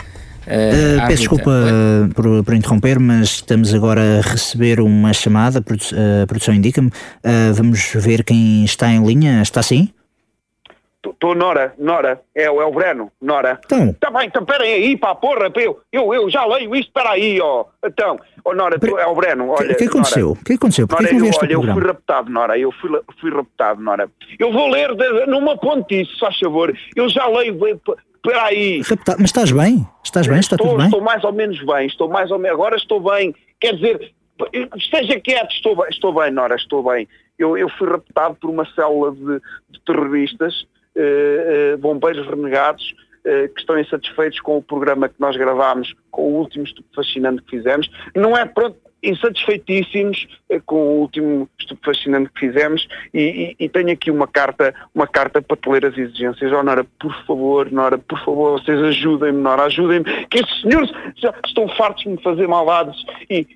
Speaker 3: eh, à Rita.
Speaker 4: peço desculpa eh, por, por interromper, mas estamos agora a receber uma chamada. A produ- eh, produção indica-me. Eh, vamos ver quem está em linha. Está sim?
Speaker 2: Estou Nora, Nora, é, o- é o Breno, Nora.
Speaker 4: Então,
Speaker 2: Tá bem, então esperem aí, pá, porra, pá, eu, eu, eu já leio isto, espera aí, ó. Então, ó Nora, tu, é o Breno,
Speaker 4: o
Speaker 2: olha.
Speaker 4: que, que aconteceu? O que aconteceu?
Speaker 2: Nora,
Speaker 4: Porquê que
Speaker 2: Nora
Speaker 4: não
Speaker 2: eu,
Speaker 4: vieste o
Speaker 2: olha, eu fui
Speaker 4: programa?
Speaker 2: raptado, Nora, eu fui, la- fui raptado, Nora. Eu vou ler de- numa pontice, faz favor, eu já leio, espera aí.
Speaker 4: Rapta- Mas estás bem? Estás bem? Está
Speaker 2: estou,
Speaker 4: tudo bem?
Speaker 2: estou mais ou menos bem, estou mais ou menos, agora estou bem, quer dizer, p- esteja quieto, estou bem, estou bem Nora, estou bem. Eu, eu fui raptado por uma célula de, de terroristas, eh, eh, bombeiros renegados, eh, que estão insatisfeitos com o programa que nós gravámos, com o último estupe fascinante que fizemos. Não é pronto, insatisfeitíssimos eh, com o último estupe fascinante que fizemos e, e- e tenho aqui uma carta, uma carta para te ler as exigências. Oh Nora, por favor, Nora, por favor, vocês ajudem-me, Nora, ajudem-me, que estes senhores já estão fartos de me fazer maldades e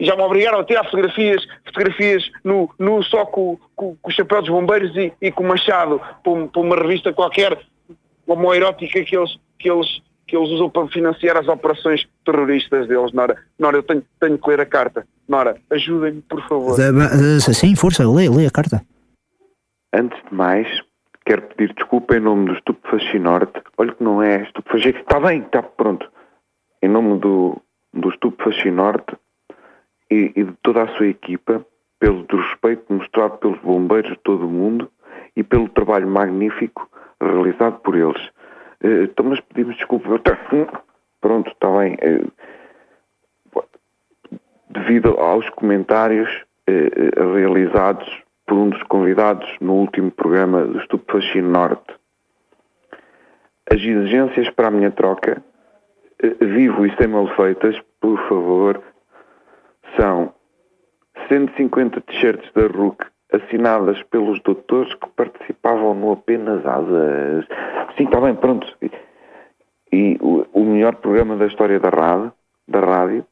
Speaker 2: e já me obrigaram a tirar fotografias, fotografias nu, nu só com, com, com o chapéu dos bombeiros e, e com o machado para, um- para uma revista qualquer homoerótica que eles, que eles, que eles usam para financiar as operações terroristas deles, Nora. Nora, eu tenho, tenho que ler a carta. Nora, ajudem-me, por favor.
Speaker 4: Eh, Sim, força, lê, lê a carta.
Speaker 2: Antes de mais, quero pedir desculpa em nome do Estupefaxi Norte. Olha que não é Estupefaxi. Está bem, está pronto. Em nome do, do Estupefaxi Norte e, e de toda a sua equipa, pelo desrespeito mostrado pelos bombeiros de todo o mundo e pelo trabalho magnífico realizado por eles. Eh, Então, mas pedimos desculpa. Eu tá- Pronto, está bem. Eh, devido aos comentários eh, eh, realizados por um dos convidados no último programa do Estupefacino Norte. As exigências para a minha troca, eh, vivo e sem malfeitas, por favor, são 150 t-shirts da RUC assinadas pelos doutores que participavam no apenas asas. Sim, está bem, pronto. E o, o melhor programa da história da rádio, da rádio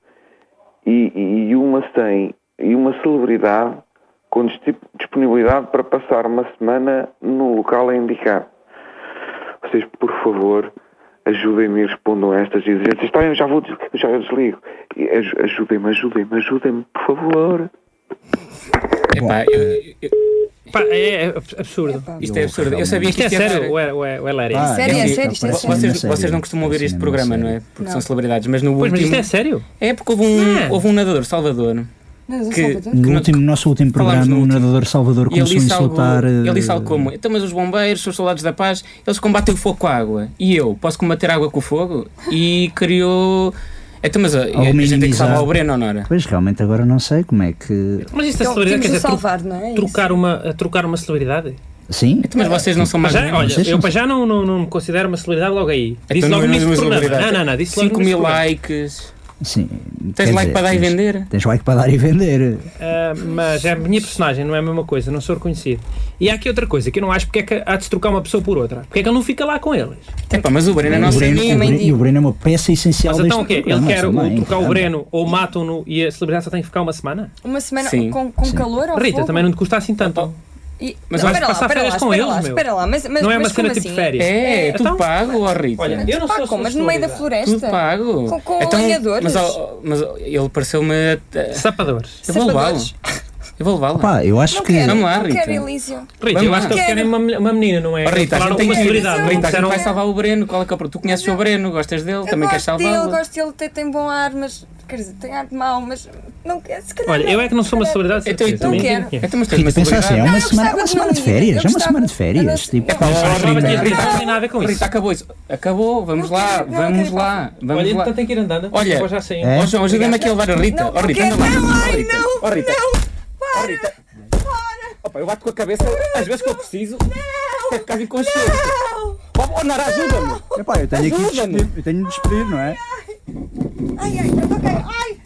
Speaker 2: e, e- e uma sem, e uma celebridade com dis- disponibilidade para passar uma semana no local a indicar. Vocês, por favor, ajudem-me e respondam a estas exigências. Está, eu já vou, des- eu já desligo. E aj- Ajudem-me, ajudem-me, ajudem-me, por favor.
Speaker 3: Epá, eu- eu-
Speaker 6: Pá, é, é absurdo.
Speaker 3: Isto é absurdo. Eu sabia que
Speaker 6: isto é
Speaker 3: ia
Speaker 6: sério.
Speaker 3: dar-
Speaker 6: ou é- ou é- ou é larica?
Speaker 3: Ah, assim,
Speaker 4: é
Speaker 3: vocês- Vocês, não costumam ver este programa, não é? Porque
Speaker 6: Não.
Speaker 3: são celebridades, mas no
Speaker 6: Pois, mas
Speaker 3: último...
Speaker 6: isto é sério?
Speaker 3: É porque houve um, houve um nadador, Salvador, que, que
Speaker 4: No
Speaker 3: não-
Speaker 4: último, nosso último
Speaker 3: Falámos
Speaker 4: programa, o nadador Salvador
Speaker 3: E ele
Speaker 4: começou a
Speaker 3: disse, algo,
Speaker 4: insultar.
Speaker 3: ele
Speaker 4: eh,
Speaker 3: disse algo como: então, mas os bombeiros, os soldados da paz, eles combatem o fogo com a água. E eu, posso combater a água com o fogo? E criou. Então, mas a, a gente tem que
Speaker 4: minimizar.
Speaker 3: salvar o Breno, não era?
Speaker 4: Pois realmente agora não sei como é que.
Speaker 6: Mas isto é
Speaker 5: Então,
Speaker 6: celebridade,
Speaker 5: temos
Speaker 6: quer
Speaker 5: de
Speaker 6: dizer, tru-
Speaker 5: salvar, não é?
Speaker 6: trocar, uma, a trocar uma celebridade?
Speaker 4: Sim?
Speaker 3: "Então, Mas vocês não são mais.
Speaker 6: Já, é, olha,
Speaker 3: vocês
Speaker 6: eu
Speaker 3: não
Speaker 6: para já não, não, não me considero uma celebridade logo aí.
Speaker 3: Então
Speaker 6: Disse logo
Speaker 3: não
Speaker 6: no
Speaker 3: é
Speaker 6: início do
Speaker 3: uma
Speaker 6: programa.
Speaker 3: celebridade.
Speaker 6: Não, não, não. Disse logo
Speaker 3: 5
Speaker 6: no início do
Speaker 3: mil
Speaker 6: programa.
Speaker 3: likes.
Speaker 4: Sim.
Speaker 3: Tens
Speaker 4: quer
Speaker 3: like
Speaker 4: dizer,
Speaker 3: para dar e
Speaker 4: tens-
Speaker 3: vender?
Speaker 4: Tens like para dar e vender.
Speaker 6: Ah, mas é a minha personagem, não é a mesma coisa, não sou reconhecido. E há aqui outra coisa que eu não acho porque é que há de se trocar uma pessoa por outra. Porque é que ele não fica lá com eles?
Speaker 3: Epá, mas o Breno é
Speaker 4: O
Speaker 3: nosso
Speaker 4: Breno, o
Speaker 3: amigo.
Speaker 4: Breno, e o Breno é uma peça essencial
Speaker 6: Mas
Speaker 4: deste
Speaker 6: então o quê? Ele
Speaker 4: programa,
Speaker 6: quer
Speaker 4: também,
Speaker 3: é
Speaker 6: ou trocar o
Speaker 4: caramba.
Speaker 6: Breno ou matam-no e a celebridade só tem que ficar uma semana?
Speaker 5: Uma semana
Speaker 6: Sim.
Speaker 5: com, com
Speaker 6: Sim.
Speaker 5: calor ao
Speaker 6: Rita,
Speaker 5: fogo?
Speaker 6: também não te custa assim tanto.
Speaker 5: E-
Speaker 6: Mas
Speaker 5: Não,
Speaker 6: vais
Speaker 5: espera lá,
Speaker 6: passar
Speaker 5: espera
Speaker 6: férias
Speaker 5: lá,
Speaker 6: com
Speaker 5: espera
Speaker 6: eles,
Speaker 5: lá,
Speaker 6: meu.
Speaker 5: espera lá, mas- mas-
Speaker 6: não é
Speaker 5: mas
Speaker 6: uma cena
Speaker 5: como
Speaker 6: tipo
Speaker 5: assim?
Speaker 6: férias.
Speaker 3: É, tudo pago, ó Rita.
Speaker 6: então, Olha, eu não
Speaker 5: Pá,
Speaker 6: sou
Speaker 5: como? Tá Mas no meio da floresta?
Speaker 3: Tudo pago.
Speaker 5: Com, com
Speaker 3: Então,
Speaker 5: lenhadores?
Speaker 3: Mas, ó, mas ó, ele pareceu-me. eh,
Speaker 6: Sapadores.
Speaker 3: Eu vou levá-lo.
Speaker 5: Sapadores.
Speaker 3: Eu vou levá-lo.
Speaker 4: Pá, eu acho
Speaker 5: Não quero,
Speaker 3: Vamos lá,
Speaker 5: não quero
Speaker 3: Rita.
Speaker 5: Elísio.
Speaker 6: Rita,
Speaker 3: Vamos
Speaker 6: eu acho
Speaker 3: lá.
Speaker 6: que eles querem uma, uma menina, não é?
Speaker 3: Oh, Rita, a gente
Speaker 6: Falaram
Speaker 3: tem
Speaker 6: uma
Speaker 3: que
Speaker 6: celebridade. não
Speaker 3: Rita, a gente
Speaker 6: disseram-
Speaker 3: vai salvar o Breno. Qual é que é o problema? Tu conheces o Breno, gostas dele,
Speaker 5: Eu
Speaker 3: também queres
Speaker 5: gosto dele,
Speaker 3: salvá-lo.
Speaker 5: gosto dele, tem, tem bom ar, mas quer dizer, tem ar de mau, mas não quero, se calhar.
Speaker 6: Olha, eu é que não sou uma celebridade.
Speaker 3: Então,
Speaker 6: certeza,
Speaker 3: então,
Speaker 6: também
Speaker 5: quero.
Speaker 6: digo que é.
Speaker 3: Então, mas tens uma
Speaker 4: Rita, pensa assim, é
Speaker 3: celebridade.
Speaker 4: uma
Speaker 5: eu
Speaker 4: semana,
Speaker 5: gostava
Speaker 4: uma
Speaker 5: de
Speaker 4: semana
Speaker 5: não
Speaker 4: de
Speaker 5: ir,
Speaker 4: férias,
Speaker 5: eu
Speaker 4: é uma
Speaker 5: gostava-
Speaker 4: semana de férias. Tipo,
Speaker 6: Mas falava de Rita, não tem nada a ver com isso.
Speaker 3: Rita, acabou isso. Acabou, vamos
Speaker 5: Não
Speaker 3: lá,
Speaker 5: quero, não quero
Speaker 3: vamos
Speaker 5: ir para
Speaker 3: lá, vamos
Speaker 6: Olha,
Speaker 3: lá.
Speaker 6: então tem que ir andando.
Speaker 3: Olha,
Speaker 6: Depois já saímos.
Speaker 4: É?
Speaker 3: Ó João, ajuda-me aqui a levar a Rita.
Speaker 5: Não,
Speaker 3: Ó Rita,
Speaker 5: não
Speaker 3: anda lá.
Speaker 5: quero,
Speaker 3: Ó
Speaker 5: ai,
Speaker 3: Rita,
Speaker 5: não,
Speaker 3: ó Rita. Ó
Speaker 5: Para!
Speaker 3: Rita. Opa, eu bato com a cabeça às vezes que eu preciso. Não! Ficar inconsciente. Ó, ó, Nara, ajuda-me.
Speaker 4: Epá, eu tenho aqui de
Speaker 3: Ajuda-me.
Speaker 4: despedir, eu tenho de despedir, não é?
Speaker 5: Ai, ai, pronto, ok, ai!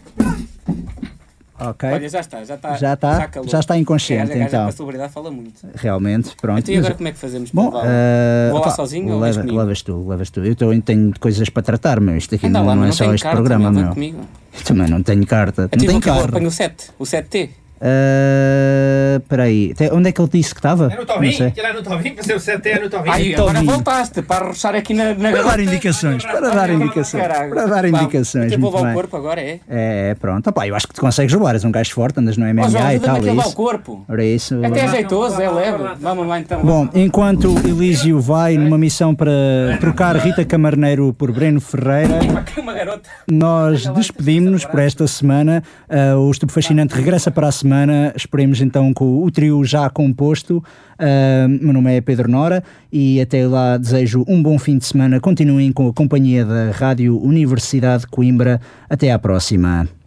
Speaker 4: Ok.
Speaker 3: Olha, já está, já está.
Speaker 4: Já está?
Speaker 3: acabou.
Speaker 4: Já está inconsciente,
Speaker 3: A gaja
Speaker 4: então.
Speaker 3: para a celebridade fala muito.
Speaker 4: Realmente, pronto.
Speaker 3: Então, e agora como é que fazemos para
Speaker 4: Bom,
Speaker 3: levá-lo?
Speaker 4: eh,
Speaker 3: Vou lá
Speaker 4: opá,
Speaker 3: sozinho ou vais
Speaker 4: leva,
Speaker 3: comigo?
Speaker 4: levas tu, levas tu. Eu também tenho coisas para tratar, meu. Isto aqui
Speaker 3: Anda
Speaker 4: não,
Speaker 3: lá,
Speaker 4: não
Speaker 3: mas
Speaker 4: é
Speaker 3: não
Speaker 4: só
Speaker 3: tenho
Speaker 4: este
Speaker 3: carro
Speaker 4: programa,
Speaker 3: também,
Speaker 4: meu.
Speaker 3: vem comigo.
Speaker 4: Eu também não tenho carta.
Speaker 3: Então
Speaker 4: não
Speaker 3: eu vou
Speaker 4: tenho
Speaker 3: aqui, eu
Speaker 4: carro.
Speaker 3: apanho o 7, o 7T.
Speaker 4: Eh, Espera aí, Até onde é que ele disse que estava?
Speaker 6: Eu não
Speaker 4: Não
Speaker 6: estou a
Speaker 4: sei.
Speaker 6: vir, eu não estou a vir, passei o é 7 eu não estou a vir.
Speaker 3: Ai,
Speaker 4: Tominho.
Speaker 3: agora voltaste para arrochar aqui na, na
Speaker 4: Para dar
Speaker 3: garota.
Speaker 4: indicações, para dar indicações,
Speaker 3: Caralho.
Speaker 4: para dar
Speaker 3: Vá,
Speaker 4: indicações,
Speaker 3: Até vou
Speaker 4: muito
Speaker 3: levar o
Speaker 4: bem.
Speaker 3: corpo agora, é?
Speaker 4: É, é, pronto. Opá, eu acho que te consegues roubar, és um gajo forte, andas no MMA
Speaker 3: Ó, João,
Speaker 4: e tal,
Speaker 3: ajuda-me
Speaker 4: é
Speaker 3: a levar o
Speaker 4: isso.
Speaker 3: corpo.
Speaker 4: Ora, é isso.
Speaker 3: Até é jeitoso, é leve. Vamos lá então.
Speaker 4: Bom, enquanto o Elísio vai numa missão para trocar Rita Camarneiro por Breno Ferreira,
Speaker 3: Uma garota.
Speaker 4: nós despedimos-nos por esta semana. Ah, o Estupo Fascinante regressa para a semana. Esperemos então com o trio já composto. Ah, meu nome é Pedro Nora e até lá desejo um bom fim de semana. Continuem com a companhia da Rádio Universidade de Coimbra. Até à próxima.